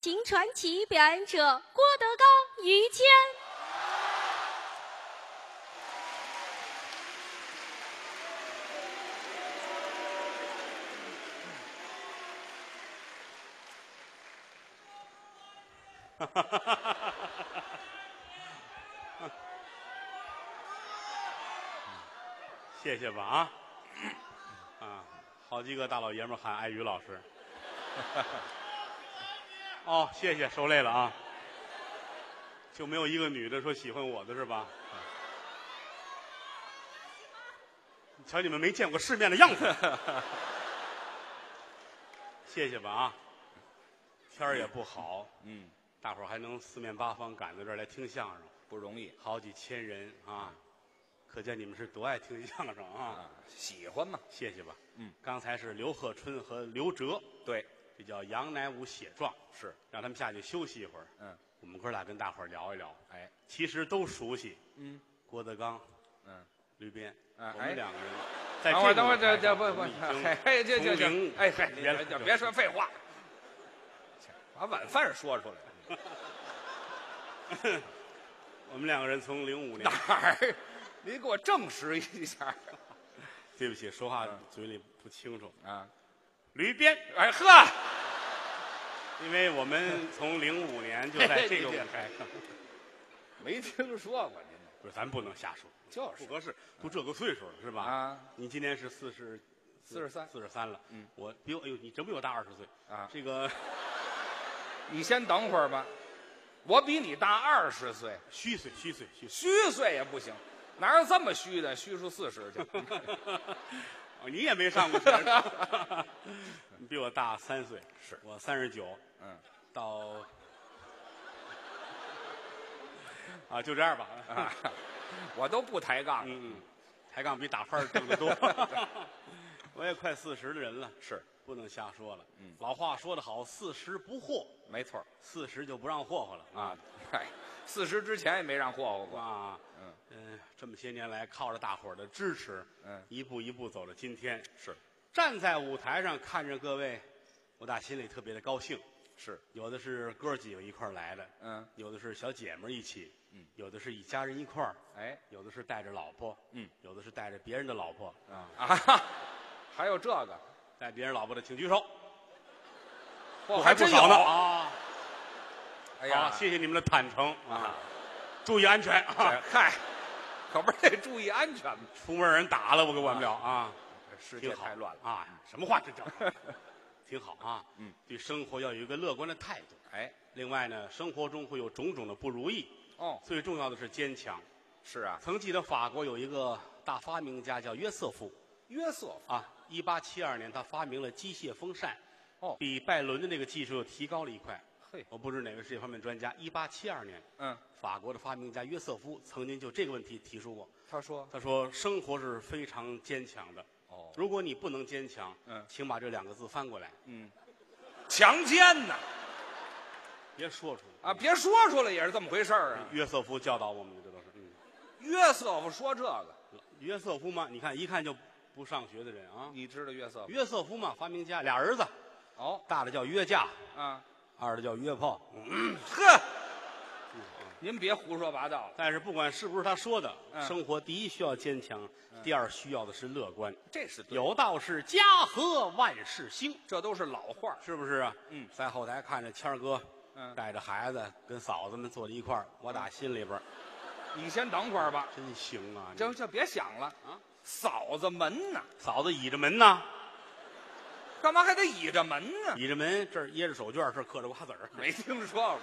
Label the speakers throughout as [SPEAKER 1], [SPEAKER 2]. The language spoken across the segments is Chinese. [SPEAKER 1] 秦传奇表演者郭德纲、于谦。
[SPEAKER 2] 谢谢吧啊！啊，好几个大老爷们儿喊爱于老师。 哦，谢谢，受累了啊。就没有一个女的说喜欢我的是吧？啊瞧你们没见过世面的样子。 谢谢吧啊！天儿也不好，
[SPEAKER 3] 嗯，
[SPEAKER 2] 大伙儿还能四面八方赶到这儿来听相声，
[SPEAKER 3] 不容易
[SPEAKER 2] 好几千人啊！可见你们是多爱听相声啊！
[SPEAKER 3] 啊，喜欢嘛？
[SPEAKER 2] 谢谢吧。
[SPEAKER 3] 嗯，
[SPEAKER 2] 刚才是刘鹤春和刘哲，
[SPEAKER 3] 对，
[SPEAKER 2] 这叫杨乃武写状，
[SPEAKER 3] 是，
[SPEAKER 2] 让他们下去休息一会儿。
[SPEAKER 3] 嗯，
[SPEAKER 2] 我们哥俩跟大伙儿聊一聊，
[SPEAKER 3] 哎，
[SPEAKER 2] 其实都熟悉，
[SPEAKER 3] 嗯
[SPEAKER 2] 郭德纲、
[SPEAKER 3] 嗯，
[SPEAKER 2] 吕斌，
[SPEAKER 3] 嗯
[SPEAKER 2] 我
[SPEAKER 3] 哎
[SPEAKER 2] 们两个人在
[SPEAKER 3] 等
[SPEAKER 2] 这
[SPEAKER 3] 会
[SPEAKER 2] 个
[SPEAKER 3] 儿，等会儿，
[SPEAKER 2] 舞台
[SPEAKER 3] 哎这这
[SPEAKER 2] 上
[SPEAKER 3] 不不
[SPEAKER 2] 我们已，经
[SPEAKER 3] 哎，这
[SPEAKER 2] 从
[SPEAKER 3] 这
[SPEAKER 2] 零
[SPEAKER 3] 这，哎嗨，
[SPEAKER 2] 别
[SPEAKER 3] 别就别说废话，切把晚饭说出来，
[SPEAKER 2] 我们两个人从零五年
[SPEAKER 3] 哪，儿？ 您给我证实一下
[SPEAKER 2] 对不起，说话嘴里不清楚。
[SPEAKER 3] 啊！
[SPEAKER 2] 吕斌，
[SPEAKER 3] 嗯哎呵，
[SPEAKER 2] 因为我们从零五年就在这个舞台上，
[SPEAKER 3] 没听说过您，
[SPEAKER 2] 不是咱不能瞎说，
[SPEAKER 3] 就是
[SPEAKER 2] 不合适，都这个岁数了是吧？
[SPEAKER 3] 啊，
[SPEAKER 2] 你今年是四十，
[SPEAKER 3] 43
[SPEAKER 2] 四十三了。
[SPEAKER 3] 嗯，
[SPEAKER 2] 我比我，哎呦，你真比我大二十岁
[SPEAKER 3] 啊
[SPEAKER 2] 这个
[SPEAKER 3] 你先等会儿吧，我比你大二十岁，
[SPEAKER 2] 虚岁，虚岁，虚岁。
[SPEAKER 3] 虚岁也不行，哪有这么虚的？虚出四十去，
[SPEAKER 2] 哦，你也没上过学， 是吧你比我大三岁，
[SPEAKER 3] 是
[SPEAKER 2] 我三十九，
[SPEAKER 3] 嗯，
[SPEAKER 2] 到啊，就这样吧。
[SPEAKER 3] 啊，我都不抬杠，
[SPEAKER 2] 嗯嗯，抬杠比打翻儿挣得 多。我也快四十的人了，
[SPEAKER 3] 是
[SPEAKER 2] 不能瞎说了。嗯，老话说得好，四十不惑，
[SPEAKER 3] 没错儿。
[SPEAKER 2] 四十就不让霍霍了
[SPEAKER 3] 啊，嗨，四十之前也没让霍霍过。
[SPEAKER 2] 啊，
[SPEAKER 3] 嗯
[SPEAKER 2] 嗯，这么些年来，靠着大伙儿的支持，
[SPEAKER 3] 嗯
[SPEAKER 2] 一步一步走到今天。
[SPEAKER 3] 是
[SPEAKER 2] 站在舞台上看着各位，我打心里特别的高兴。
[SPEAKER 3] 是，
[SPEAKER 2] 有的是哥儿几个一块儿来的，
[SPEAKER 3] 嗯，
[SPEAKER 2] 有的是小姐们儿一起，
[SPEAKER 3] 嗯，
[SPEAKER 2] 有的是一家人一块儿，
[SPEAKER 3] 哎
[SPEAKER 2] 有的是带着老婆，
[SPEAKER 3] 嗯，
[SPEAKER 2] 有的是带着别人的老婆，
[SPEAKER 3] 啊啊，还有这个，
[SPEAKER 2] 带别人老婆的请举手，
[SPEAKER 3] 嚯，
[SPEAKER 2] 还不
[SPEAKER 3] 哦真有
[SPEAKER 2] 少呢！啊！
[SPEAKER 3] 哎呀，
[SPEAKER 2] 好，谢谢你们的坦诚
[SPEAKER 3] 啊，
[SPEAKER 2] 注意安全啊！
[SPEAKER 3] 这嗨，可不是得注意安全吗？
[SPEAKER 2] 出门人打了我可管不了啊！
[SPEAKER 3] 世
[SPEAKER 2] 挺
[SPEAKER 3] 界
[SPEAKER 2] 好
[SPEAKER 3] 太乱了。
[SPEAKER 2] 啊！什么话这 叫？挺好啊！
[SPEAKER 3] 嗯，
[SPEAKER 2] 对生活要有一个乐观的态度。
[SPEAKER 3] 哎，
[SPEAKER 2] 另外呢，生活中会有种种的不如意，
[SPEAKER 3] 哦，
[SPEAKER 2] 最重要的是坚强。
[SPEAKER 3] 是啊，
[SPEAKER 2] 曾记得法国有一个大发明家叫约瑟夫
[SPEAKER 3] 约瑟夫，
[SPEAKER 2] 啊，一八七二年他发明了机械风扇，
[SPEAKER 3] 哦
[SPEAKER 2] 比拜伦的那个技术又提高了一块。
[SPEAKER 3] 嘿，
[SPEAKER 2] 我不知哪位是这方面专家。一八七二年，
[SPEAKER 3] 嗯，
[SPEAKER 2] 法国的发明家约瑟夫曾经就这个问题提出过，
[SPEAKER 3] 他说，
[SPEAKER 2] 他说：“生活是非常坚强的，
[SPEAKER 3] 哦，
[SPEAKER 2] 如果你不能坚强，
[SPEAKER 3] 嗯
[SPEAKER 2] 请把这两个字翻过来，
[SPEAKER 3] 嗯，强奸呐，
[SPEAKER 2] 别说出来
[SPEAKER 3] 啊，。别说出来也是这么回事儿啊。
[SPEAKER 2] 约瑟夫教导我们的，这都是。嗯，
[SPEAKER 3] 约瑟夫说这个，
[SPEAKER 2] 约瑟夫嘛，你看一看就不上学的人啊。
[SPEAKER 3] 你知道约瑟夫？
[SPEAKER 2] 约瑟夫嘛，发明家，俩儿子，
[SPEAKER 3] 哦，
[SPEAKER 2] 大的叫约架，
[SPEAKER 3] 啊，
[SPEAKER 2] 二的叫约炮。嗯
[SPEAKER 3] 呵，您别胡说八道了，
[SPEAKER 2] 但是不管是不是他说的，
[SPEAKER 3] 嗯
[SPEAKER 2] 生活第一需要坚强，第二需要的是乐观。
[SPEAKER 3] 这是对的
[SPEAKER 2] 有道是家和万事兴，
[SPEAKER 3] 这都是老话儿
[SPEAKER 2] 是不是啊？
[SPEAKER 3] 嗯
[SPEAKER 2] 在后台看着谦儿哥，
[SPEAKER 3] 嗯
[SPEAKER 2] 带着孩子跟嫂子们坐在一块儿，我打心里边儿
[SPEAKER 3] 你先等会儿吧，
[SPEAKER 2] 真行啊！你
[SPEAKER 3] 这就别想了
[SPEAKER 2] 啊！
[SPEAKER 3] 嫂子门呢？
[SPEAKER 2] 嫂子倚着门呢，
[SPEAKER 3] 干嘛还得倚着门呢？
[SPEAKER 2] 倚着门这儿掖着手绢儿，这儿嗑着瓜子儿。
[SPEAKER 3] 没听说过，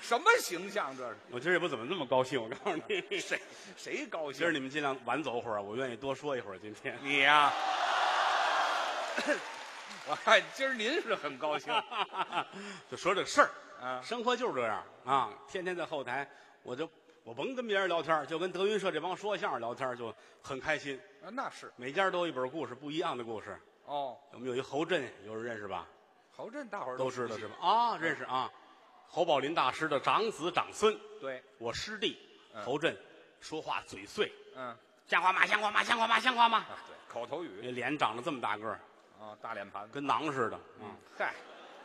[SPEAKER 3] 什么形象这是？
[SPEAKER 2] 我今儿也不怎么那么高兴，我告诉你，
[SPEAKER 3] 谁谁高兴？
[SPEAKER 2] 今儿你们尽量晚走会儿，我愿意多说一会儿。今天
[SPEAKER 3] 你呀、 我看今儿您是很 高兴
[SPEAKER 2] 就说这事儿，
[SPEAKER 3] 啊
[SPEAKER 2] 生活就是这样啊，天天在后台，我就我甭跟别人聊天儿，就跟德云社这帮说相声聊天儿就很开心。
[SPEAKER 3] 啊那是
[SPEAKER 2] 每家都有一本故事，不一样的故事。
[SPEAKER 3] 哦。
[SPEAKER 2] 我们有一侯震，有人认识吧？
[SPEAKER 3] 侯震大伙儿
[SPEAKER 2] 都
[SPEAKER 3] 熟
[SPEAKER 2] 知
[SPEAKER 3] 悉
[SPEAKER 2] 道是吧？？啊，认识啊。侯宝林大师的长子长孙，
[SPEAKER 3] 对，
[SPEAKER 2] 我师弟
[SPEAKER 3] 嗯
[SPEAKER 2] 侯震，说话嘴碎，
[SPEAKER 3] 嗯啊，
[SPEAKER 2] 像话吗？像话吗？像话吗？像话吗？
[SPEAKER 3] 对，口头语哦
[SPEAKER 2] 那脸长得这么大个儿，
[SPEAKER 3] 啊，大脸盘子。
[SPEAKER 2] 嗯跟馕似的。嗯，
[SPEAKER 3] 嗨，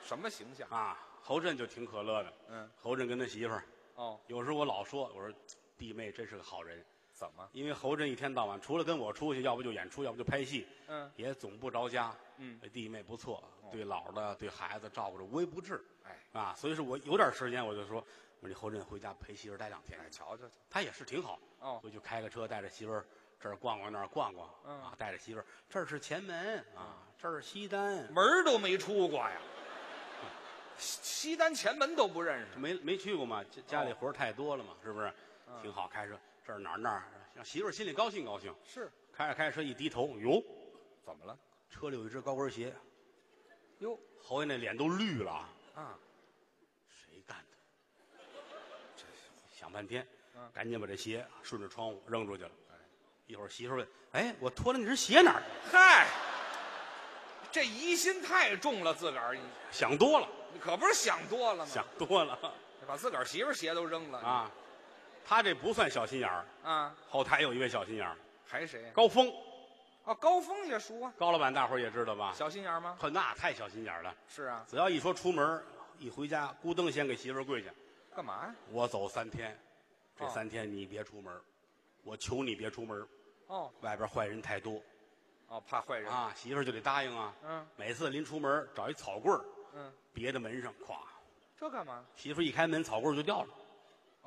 [SPEAKER 3] 什么形象？
[SPEAKER 2] 啊。侯震就挺可乐的，
[SPEAKER 3] 嗯，
[SPEAKER 2] 侯震跟他媳妇儿，
[SPEAKER 3] 哦，
[SPEAKER 2] 有时候我老说，我说弟妹真是个好人，
[SPEAKER 3] 怎么？
[SPEAKER 2] 因为侯震一天到晚除了跟我出去，要不就演出，要不就拍戏，
[SPEAKER 3] 嗯，
[SPEAKER 2] 也总不着家。哎
[SPEAKER 3] 嗯，
[SPEAKER 2] 弟妹不错，对老的、对孩子照顾着无微不至
[SPEAKER 3] 哎
[SPEAKER 2] 啊。所以说我有点时间，我就说，我说你侯震回家陪媳妇儿待两天
[SPEAKER 3] 哎，。瞧瞧去，
[SPEAKER 2] 他也是挺好，
[SPEAKER 3] 哦
[SPEAKER 2] 回去开个车带着媳妇儿这儿逛逛那儿逛逛，
[SPEAKER 3] 嗯
[SPEAKER 2] 啊，带着媳妇儿这儿是前门啊，这儿是西单，
[SPEAKER 3] 门儿都没出过呀，西西单前门都不认识。
[SPEAKER 2] 没没去过嘛，
[SPEAKER 3] 哦
[SPEAKER 2] 家家里活儿太多了嘛，是不是？
[SPEAKER 3] 嗯
[SPEAKER 2] 挺好，开车这儿哪儿那儿，让媳妇儿心里高兴高兴。
[SPEAKER 3] 是，
[SPEAKER 2] 开着开着车一低头，哟，
[SPEAKER 3] 怎么了？
[SPEAKER 2] 车里有一只高跟鞋，
[SPEAKER 3] 哟
[SPEAKER 2] 侯爷那脸都绿了，
[SPEAKER 3] 啊，
[SPEAKER 2] 谁干的？这想半天
[SPEAKER 3] 嗯，
[SPEAKER 2] 赶紧把这鞋顺着窗户扔出去了
[SPEAKER 3] 哎。
[SPEAKER 2] 一会儿媳妇儿问：“哎，我脱了那只鞋哪儿去了
[SPEAKER 3] 嗨，这疑心太重了，自个儿你？”
[SPEAKER 2] 想多了，
[SPEAKER 3] 你可不是想多了吗？
[SPEAKER 2] 想多了
[SPEAKER 3] 把自个儿媳妇儿鞋都扔了
[SPEAKER 2] 啊！他这不算小心眼儿，
[SPEAKER 3] 啊！
[SPEAKER 2] 后台有一位小心眼儿，
[SPEAKER 3] 还谁？
[SPEAKER 2] 高峰，
[SPEAKER 3] 啊，高峰也熟啊，
[SPEAKER 2] 高老板大伙儿也知道吧？
[SPEAKER 3] 小心眼儿吗？
[SPEAKER 2] 呵，那太小心眼儿了。
[SPEAKER 3] 是啊，
[SPEAKER 2] 只要一说出门，一回家，咕噔先给媳妇儿跪下，
[SPEAKER 3] 干嘛呀？
[SPEAKER 2] 我走三天，这
[SPEAKER 3] 哦
[SPEAKER 2] 三天你别出门，我求你别出门，
[SPEAKER 3] 哦
[SPEAKER 2] 外边坏人太多
[SPEAKER 3] 哦，怕坏人。
[SPEAKER 2] 啊，媳妇儿就得答应啊。
[SPEAKER 3] 嗯
[SPEAKER 2] 每次临出门找一草棍儿
[SPEAKER 3] 嗯，
[SPEAKER 2] 别在门上，咵，
[SPEAKER 3] 这干嘛？
[SPEAKER 2] 媳妇儿一开门，草棍儿就掉了。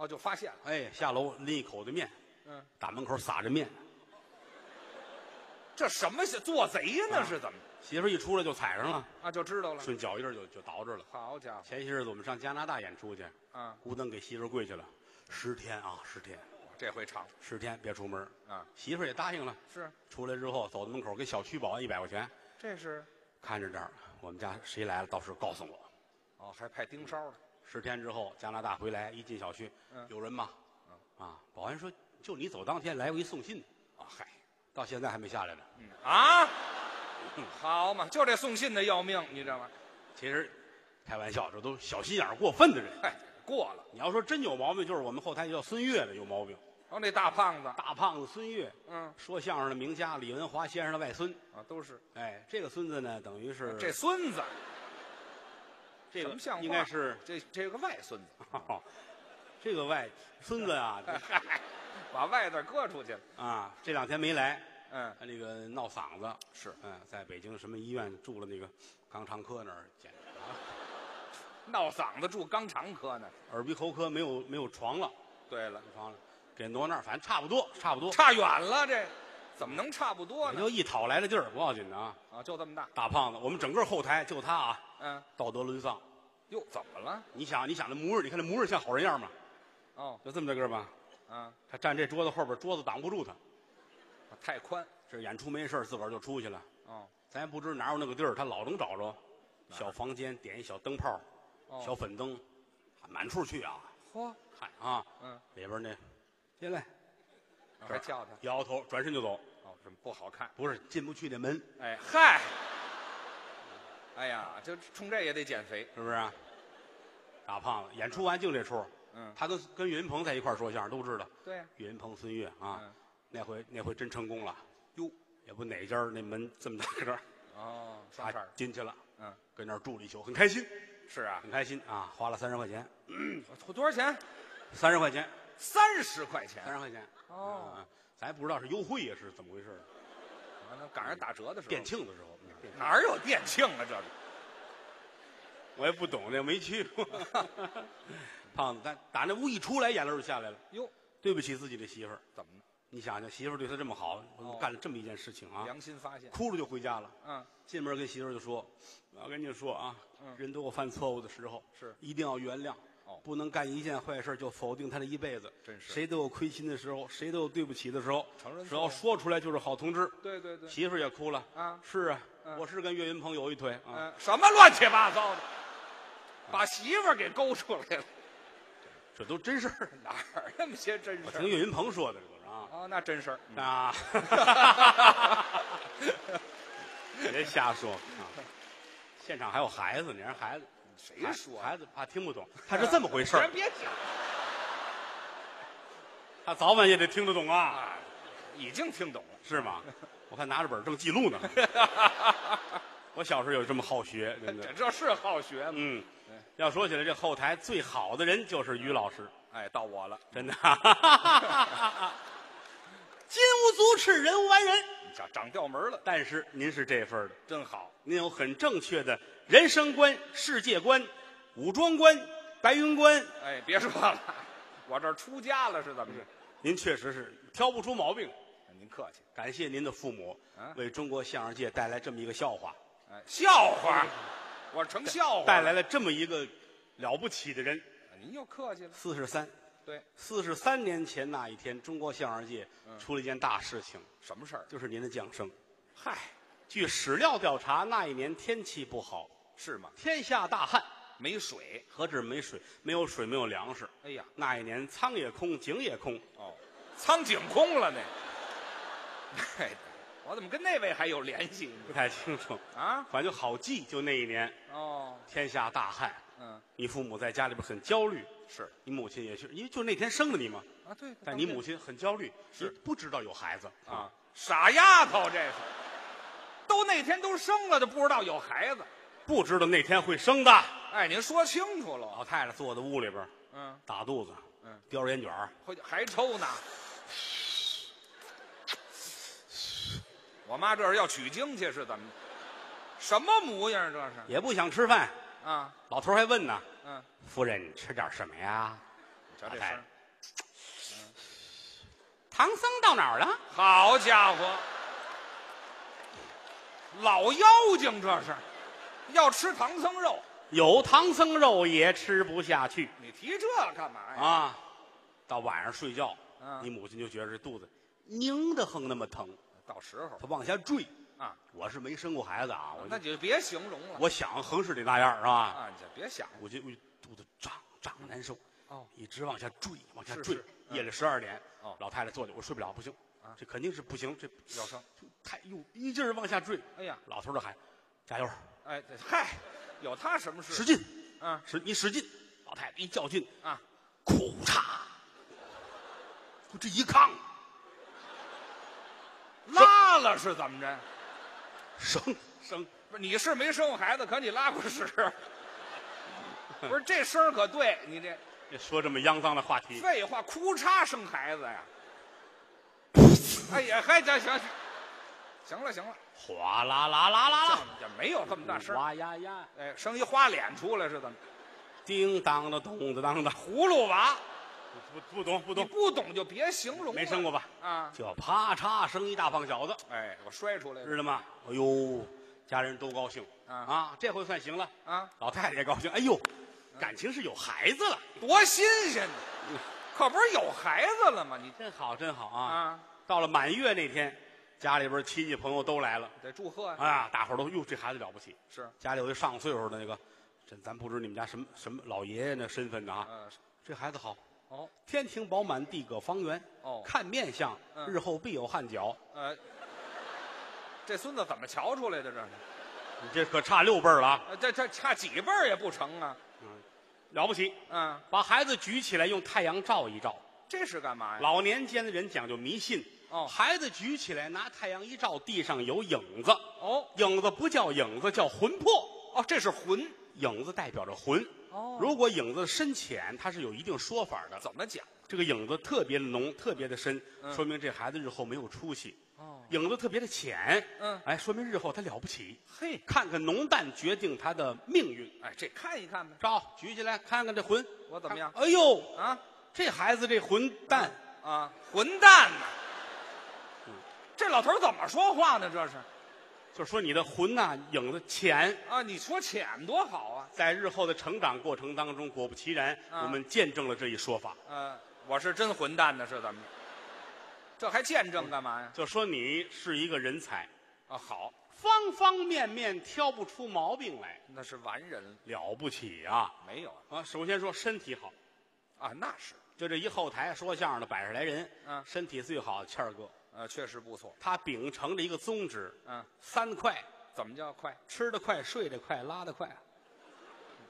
[SPEAKER 3] 哦，就发现了。
[SPEAKER 2] 哎，下楼拎一口子面，
[SPEAKER 3] 嗯，
[SPEAKER 2] 打门口撒着面，
[SPEAKER 3] 这什么小做贼呀？那
[SPEAKER 2] 啊
[SPEAKER 3] 是怎么？
[SPEAKER 2] 媳妇儿一出来就踩上了，
[SPEAKER 3] 啊，就知道了。
[SPEAKER 2] 顺脚印儿就就倒着了。
[SPEAKER 3] 好家
[SPEAKER 2] 前些日子我们上加拿大演出去，
[SPEAKER 3] 伙啊，
[SPEAKER 2] 咕噔给媳妇儿跪下了，十天啊，十天，
[SPEAKER 3] 这回长
[SPEAKER 2] 十天别出门儿。
[SPEAKER 3] 啊，
[SPEAKER 2] 媳妇儿也答应了。
[SPEAKER 3] 是，
[SPEAKER 2] 出来之后，走到门口给小区保安一百块钱，
[SPEAKER 3] 这是
[SPEAKER 2] 看着点儿，我们家谁来了，到时候告诉我。
[SPEAKER 3] 哦，还派盯梢呢。
[SPEAKER 2] 十天之后，加拿大回来，一进小区，
[SPEAKER 3] 嗯
[SPEAKER 2] 有人吗？啊，保安说，就你走当天来过一送信的，
[SPEAKER 3] 啊，嗨，
[SPEAKER 2] 到现在还没下来呢。
[SPEAKER 3] 嗯啊，好嘛，就这送信的要命，你知道吗？
[SPEAKER 2] 其实，开玩笑，这都小心眼儿过分的人。
[SPEAKER 3] 哎，过了。
[SPEAKER 2] 你要说真有毛病，就是我们后台叫孙越的有毛病，
[SPEAKER 3] 哦，那大胖子，
[SPEAKER 2] 大胖子孙越，
[SPEAKER 3] 嗯
[SPEAKER 2] 说相声的名家李文华先生的外孙。
[SPEAKER 3] 啊，都是
[SPEAKER 2] 哎，这个孙子呢，等于是
[SPEAKER 3] 啊这孙子，
[SPEAKER 2] 这个
[SPEAKER 3] 什么啊像话？
[SPEAKER 2] 应该是
[SPEAKER 3] 这这个外孙子，
[SPEAKER 2] 哦，这个外孙子啊
[SPEAKER 3] 嗨， 把外字搁出去了。
[SPEAKER 2] 啊，这两天没来，
[SPEAKER 3] 嗯，
[SPEAKER 2] 他那个闹嗓子，
[SPEAKER 3] 是
[SPEAKER 2] 嗯，在北京什么医院住了那个肛肠科那儿检查，
[SPEAKER 3] 闹嗓子住肛肠科呢。
[SPEAKER 2] 耳鼻喉科没有没有床了，
[SPEAKER 3] 对了
[SPEAKER 2] 没，有床了，给挪那儿，反正差不多，差不多，
[SPEAKER 3] 差远了，这怎么能差不多
[SPEAKER 2] 也
[SPEAKER 3] 呢？
[SPEAKER 2] 就一讨来的劲儿，不要紧的啊。
[SPEAKER 3] 啊，就这么大。
[SPEAKER 2] 大胖子，我们整个后台就他啊，
[SPEAKER 3] 嗯，
[SPEAKER 2] 道德沦丧。
[SPEAKER 3] 哟，怎么了？
[SPEAKER 2] 你想，你想那模样，你看那模样像好人样吗？
[SPEAKER 3] 哦，
[SPEAKER 2] 就这么大个儿吧，
[SPEAKER 3] 啊，
[SPEAKER 2] 他站这桌子后边，桌子挡不住他。
[SPEAKER 3] 太宽。
[SPEAKER 2] 这演出没事儿自个儿就出去了，
[SPEAKER 3] 哦，
[SPEAKER 2] 咱也不知哪有那个地儿，他老能找着。小房间点一小灯泡，
[SPEAKER 3] 哦
[SPEAKER 2] 小粉灯，满处去啊，
[SPEAKER 3] 嚯，
[SPEAKER 2] 看啊，
[SPEAKER 3] 嗯，
[SPEAKER 2] 里边那进来，
[SPEAKER 3] 我还叫他。
[SPEAKER 2] 摇摇头，转身就走，
[SPEAKER 3] 哦，什么不好看？
[SPEAKER 2] 不是进不去那门，
[SPEAKER 3] 哎，嗨，哎呀，就冲这也得减肥。
[SPEAKER 2] 是不是啊、大胖子演出完就这出，
[SPEAKER 3] 嗯，
[SPEAKER 2] 他跟跟岳云鹏在一块儿说相声都知道，
[SPEAKER 3] 对呀。
[SPEAKER 2] 岳云鹏、孙越啊，
[SPEAKER 3] 嗯
[SPEAKER 2] 那回那回真成功了，
[SPEAKER 3] 哟，
[SPEAKER 2] 也不哪家儿那门这么大个儿，
[SPEAKER 3] 哦，
[SPEAKER 2] 他
[SPEAKER 3] 双色儿。
[SPEAKER 2] 进去了，
[SPEAKER 3] 嗯，
[SPEAKER 2] 跟那儿住了一宿，很开心，
[SPEAKER 3] 是啊。
[SPEAKER 2] 很开心啊，花了三十块钱，
[SPEAKER 3] 多多少钱？
[SPEAKER 2] 三十块钱，
[SPEAKER 3] 三十块
[SPEAKER 2] 三
[SPEAKER 3] 钱。
[SPEAKER 2] 十块钱，
[SPEAKER 3] 哦
[SPEAKER 2] 嗯，咱也不知道是优惠也是怎么回事儿，
[SPEAKER 3] 啊那赶上打折的时候。
[SPEAKER 2] 店庆的 时候，嗯
[SPEAKER 3] 哪儿有店庆啊？这里
[SPEAKER 2] 我也不懂这，没去过。 胖子，但打那屋一出来，眼泪就下来了。
[SPEAKER 3] 哟，
[SPEAKER 2] 对不起自己的媳妇儿，
[SPEAKER 3] 怎么
[SPEAKER 2] 你想想，媳妇儿对他这么
[SPEAKER 3] 哦
[SPEAKER 2] 好，干了这么一件事情啊，
[SPEAKER 3] 良心发现？
[SPEAKER 2] 哭着就回家了。
[SPEAKER 3] 嗯，
[SPEAKER 2] 进门跟媳妇儿就说：“我要跟你说啊，
[SPEAKER 3] 嗯
[SPEAKER 2] 人都有犯错误的时候，
[SPEAKER 3] 是
[SPEAKER 2] 一定要原谅。
[SPEAKER 3] 哦
[SPEAKER 2] 不能干一件坏事就否定他的一辈子。
[SPEAKER 3] 真是
[SPEAKER 2] 谁都有亏心的时候，谁都有对不起的时候。
[SPEAKER 3] 承认
[SPEAKER 2] 只
[SPEAKER 3] 错误
[SPEAKER 2] 要说出来就是好同志。
[SPEAKER 3] 对对对，
[SPEAKER 2] 媳妇儿也哭了
[SPEAKER 3] 啊
[SPEAKER 2] 是啊，
[SPEAKER 3] 嗯
[SPEAKER 2] 我是跟岳云鹏有一腿啊。
[SPEAKER 3] 嗯，什么乱七八糟的，把媳妇儿给勾出来了，
[SPEAKER 2] 这都真事儿，
[SPEAKER 3] 哪儿那么些真
[SPEAKER 2] 我
[SPEAKER 3] 事
[SPEAKER 2] 听
[SPEAKER 3] 儿？
[SPEAKER 2] 岳云鹏说的，这都是啊。
[SPEAKER 3] 哦，那真事儿。
[SPEAKER 2] 啊， 别瞎说啊！现场还有孩子，你让孩子
[SPEAKER 3] 谁说
[SPEAKER 2] 孩？孩子怕听不懂，他是这么回事儿
[SPEAKER 3] 咱，别讲，
[SPEAKER 2] 他早晚也得听得懂啊，
[SPEAKER 3] 哎已经听懂了。
[SPEAKER 2] 是吗？我看拿着本儿正记录呢。我小时候有这么好学，真
[SPEAKER 3] 这
[SPEAKER 2] 的。
[SPEAKER 3] 这是好学吗？
[SPEAKER 2] 嗯，要说起来，这后台最好的人就是于老师，
[SPEAKER 3] 哎，到我了，
[SPEAKER 2] 真的。 金无足赤，人无完人。
[SPEAKER 3] 你瞧长调门了，
[SPEAKER 2] 但是您是这份儿的，
[SPEAKER 3] 真好。
[SPEAKER 2] 您有很正确的人生观、世界观、武装观、白云观，
[SPEAKER 3] 哎，别说了，我这儿出家了是怎么着？
[SPEAKER 2] 您确实是挑不出毛病。
[SPEAKER 3] 您客气，
[SPEAKER 2] 感谢您的父母
[SPEAKER 3] 啊
[SPEAKER 2] 为中国相声界带来这么一个笑话，
[SPEAKER 3] 哎，笑话，我成笑话
[SPEAKER 2] 带来了这么一个了不起的人。
[SPEAKER 3] 您又客气了。
[SPEAKER 2] 四十三，
[SPEAKER 3] 对，
[SPEAKER 2] 四十三年前那一天，中国相声界出了一件大事情，
[SPEAKER 3] 什么事儿？
[SPEAKER 2] 就是您的降生。
[SPEAKER 3] 嗨，
[SPEAKER 2] 据史料调查，那一年天气不好，
[SPEAKER 3] 是吗？
[SPEAKER 2] 天下大旱，
[SPEAKER 3] 没水。
[SPEAKER 2] 何止没水，没有水，没有粮食。
[SPEAKER 3] 哎呀，
[SPEAKER 2] 那一年仓也空，井也空，
[SPEAKER 3] 哦，苍井空了呢。哎，我怎么跟那位还有联系呢？
[SPEAKER 2] 不太清楚。
[SPEAKER 3] 啊？
[SPEAKER 2] 反正就好记，就那一年
[SPEAKER 3] 哦，
[SPEAKER 2] 天下大旱，
[SPEAKER 3] 嗯，
[SPEAKER 2] 你父母在家里边很焦虑，
[SPEAKER 3] 是
[SPEAKER 2] 你母亲也是，因为就那天生的你嘛。
[SPEAKER 3] 啊，对。
[SPEAKER 2] 但你母亲很焦虑，
[SPEAKER 3] 是
[SPEAKER 2] 你不知道有孩子
[SPEAKER 3] 啊，，傻丫头，这是，都那天都生了，就不知道有孩子。
[SPEAKER 2] 不知道那天会生的。
[SPEAKER 3] 哎，您说清楚了。
[SPEAKER 2] 老太太坐在屋里边
[SPEAKER 3] 嗯，
[SPEAKER 2] 打肚子，
[SPEAKER 3] 嗯，
[SPEAKER 2] 叼着烟卷儿
[SPEAKER 3] 回去还抽呢。我妈这是要取经去是怎么？什么模样这是？
[SPEAKER 2] 也不想吃饭。
[SPEAKER 3] 啊，
[SPEAKER 2] 老头儿还问呢
[SPEAKER 3] 嗯，：“
[SPEAKER 2] 夫人，你吃点什么呀
[SPEAKER 3] 瞧这
[SPEAKER 2] 老太
[SPEAKER 3] 声儿
[SPEAKER 2] 太，？”唐僧到哪儿了？
[SPEAKER 3] 好家伙，老妖精这是，要吃唐僧肉，
[SPEAKER 2] 有唐僧肉也吃不下去
[SPEAKER 3] 你提这个干嘛呀？
[SPEAKER 2] 啊！到晚上睡觉，
[SPEAKER 3] 哎嗯
[SPEAKER 2] 你母亲就觉着这肚子拧得很那么疼，
[SPEAKER 3] 到时候
[SPEAKER 2] 她往下坠。
[SPEAKER 3] 啊，
[SPEAKER 2] 我是没生过孩子啊，我
[SPEAKER 3] 那你就别形容了。
[SPEAKER 2] 我想横是得那样是吧？
[SPEAKER 3] 啊，你就别想了。
[SPEAKER 2] 我就我就肚子胀胀得难受，
[SPEAKER 3] 哦
[SPEAKER 2] 一直往下坠，往下
[SPEAKER 3] 是
[SPEAKER 2] 坠
[SPEAKER 3] 是，
[SPEAKER 2] 夜里十二点
[SPEAKER 3] 哦，
[SPEAKER 2] 老太太坐着，我睡不了，不行
[SPEAKER 3] 啊，
[SPEAKER 2] 这肯定是不行，这
[SPEAKER 3] 要生，
[SPEAKER 2] 太又一劲儿往下坠，
[SPEAKER 3] 哎呀，
[SPEAKER 2] 老头儿就喊：“加油，
[SPEAKER 3] 哎，这嗨，有他什么
[SPEAKER 2] 使
[SPEAKER 3] 事？
[SPEAKER 2] 劲，
[SPEAKER 3] 啊
[SPEAKER 2] 使你使劲！”老太太一较劲，
[SPEAKER 3] 啊，
[SPEAKER 2] 裤嚓，就这一抗
[SPEAKER 3] 拉了是怎么着？
[SPEAKER 2] 生生，
[SPEAKER 3] 不是，你是没生过孩子，可你拉过 屎。不是这声儿可对你这
[SPEAKER 2] 别说这么肮脏的话题，
[SPEAKER 3] 废话，哭嚓生孩子呀！哎呀，嗨，行行行了行了，
[SPEAKER 2] 哗啦啦啦啦啦，
[SPEAKER 3] 这也没有这么大声儿。
[SPEAKER 2] 啊哇呀呀，
[SPEAKER 3] 哎，生一花脸出来是怎么？
[SPEAKER 2] 叮当的咚子当的，
[SPEAKER 3] 葫芦娃，
[SPEAKER 2] 不不懂不
[SPEAKER 3] 你
[SPEAKER 2] 懂，
[SPEAKER 3] 不懂就别形容了。
[SPEAKER 2] 没生过吧？
[SPEAKER 3] 啊？
[SPEAKER 2] 就啪嚓生一大胖小子。
[SPEAKER 3] 哎，我摔出来了
[SPEAKER 2] 知道吗？哎呦，家人都高兴
[SPEAKER 3] 啊
[SPEAKER 2] 这回算行了。
[SPEAKER 3] 啊，
[SPEAKER 2] 老太太也高兴，哎呦，感情是有孩子了，
[SPEAKER 3] 多新鲜呢！可不是有孩子了吗？你
[SPEAKER 2] 真好，真好啊！
[SPEAKER 3] 啊，
[SPEAKER 2] 到了满月那天，家里边亲戚朋友都来了
[SPEAKER 3] 得祝贺呀。
[SPEAKER 2] 啊，大伙儿都哟，这孩子了不起。
[SPEAKER 3] 是，
[SPEAKER 2] 家里有一上岁数的那个，这咱不知你们家什么什么老爷爷那身份呢啊，
[SPEAKER 3] 呃，
[SPEAKER 2] 这孩子好，
[SPEAKER 3] 哦，
[SPEAKER 2] 天庭饱满，地阁方圆。
[SPEAKER 3] 哦
[SPEAKER 2] 看面相，
[SPEAKER 3] 嗯
[SPEAKER 2] 日后必有汗脚。
[SPEAKER 3] 呃，这孙子怎么瞧出来的？这是，
[SPEAKER 2] 你这可差六辈儿了啊，
[SPEAKER 3] 呃这这差几辈儿也不成啊！
[SPEAKER 2] 了不起！
[SPEAKER 3] 啊，
[SPEAKER 2] 把孩子举起来，用太阳照一照。
[SPEAKER 3] 这是干嘛呀？
[SPEAKER 2] 老年间的人讲究迷信，
[SPEAKER 3] 哎哦
[SPEAKER 2] 孩子举起来拿太阳一照，地上有影子，
[SPEAKER 3] 哦
[SPEAKER 2] 影子不叫影子，叫魂魄。
[SPEAKER 3] 哦，这是魂，
[SPEAKER 2] 影子代表着魂。
[SPEAKER 3] 哦
[SPEAKER 2] 如果影子深浅，它是有一定说法的。
[SPEAKER 3] 怎么嗯讲？
[SPEAKER 2] 这个影子特别的浓，特别的深，说明这孩子日后没有出息。
[SPEAKER 3] 哦，
[SPEAKER 2] 影子特别的浅，
[SPEAKER 3] 嗯
[SPEAKER 2] 哎，说明日后他了不起。
[SPEAKER 3] 嘿，
[SPEAKER 2] 看看浓淡决定他的命运。
[SPEAKER 3] 哎，这看一看呗。
[SPEAKER 2] 照举起来，看看这魂，
[SPEAKER 3] 我怎么样
[SPEAKER 2] 看哎呦，
[SPEAKER 3] 啊
[SPEAKER 2] 这孩子这魂淡，
[SPEAKER 3] 啊，混蛋呐！这老头儿怎么说话呢？这是
[SPEAKER 2] 就说你的魂呐、影子浅。
[SPEAKER 3] 啊，你说浅多好啊！
[SPEAKER 2] 在日后的成长过程当中，果不其然，
[SPEAKER 3] 啊
[SPEAKER 2] 我们见证了这一说法。
[SPEAKER 3] 呃，我是真混蛋呢，是怎么着？这还见证干嘛呀？
[SPEAKER 2] 就说你是一个人才，
[SPEAKER 3] 啊，好，
[SPEAKER 2] 方方面面挑不出毛病来，
[SPEAKER 3] 那是完人了
[SPEAKER 2] 了不起啊！
[SPEAKER 3] 没有啊？
[SPEAKER 2] 啊，首先说身体好，
[SPEAKER 3] 啊，那是，
[SPEAKER 2] 就这一后台说相声的百十来人，
[SPEAKER 3] 嗯
[SPEAKER 2] 身体最好的谦儿哥，
[SPEAKER 3] 呃，确实不错。
[SPEAKER 2] 他秉承着一个宗旨，
[SPEAKER 3] 嗯、
[SPEAKER 2] 三快：
[SPEAKER 3] 怎么叫快？
[SPEAKER 2] 吃得快，睡得快，拉得快。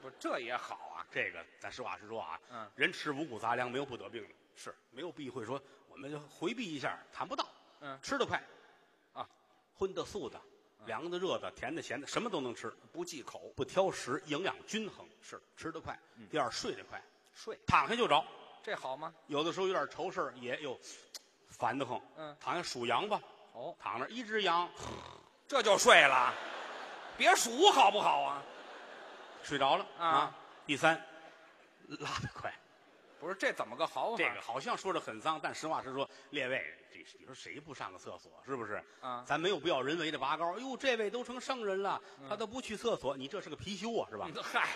[SPEAKER 3] 不，这也好啊。
[SPEAKER 2] 这个咱实话实说啊，
[SPEAKER 3] 嗯
[SPEAKER 2] 人吃五谷杂粮，没有不得病的，
[SPEAKER 3] 是
[SPEAKER 2] 没有避讳说我们就回避一下，谈不到。
[SPEAKER 3] 嗯
[SPEAKER 2] 吃得快，
[SPEAKER 3] 啊，嗯
[SPEAKER 2] 荤的素的，凉的、热的、甜的、咸的，什么都能吃，
[SPEAKER 3] 不忌口，
[SPEAKER 2] 不挑食，营养均衡，
[SPEAKER 3] 是
[SPEAKER 2] 吃得快。
[SPEAKER 3] 嗯
[SPEAKER 2] 第二，睡得快，
[SPEAKER 3] 睡，
[SPEAKER 2] 躺下就着。
[SPEAKER 3] 这好吗？
[SPEAKER 2] 有的时候有点愁事儿，也有烦得慌。
[SPEAKER 3] 嗯
[SPEAKER 2] 躺下数羊吧，
[SPEAKER 3] 哦，
[SPEAKER 2] 躺着一只羊
[SPEAKER 3] 这就睡了，别数好不好啊？
[SPEAKER 2] 睡着了
[SPEAKER 3] 啊
[SPEAKER 2] 第三，拉得快，
[SPEAKER 3] 不是，这怎么个好法？
[SPEAKER 2] 这个 好像说的很脏，但实话实说，列位，这你说谁不上个厕所？是不是？
[SPEAKER 3] 啊
[SPEAKER 2] 咱没有必要人为的拔高。哟，这位都成圣人了，他都不去厕所，你这是个貔貅啊，是吧
[SPEAKER 3] 嗯？ 嗨，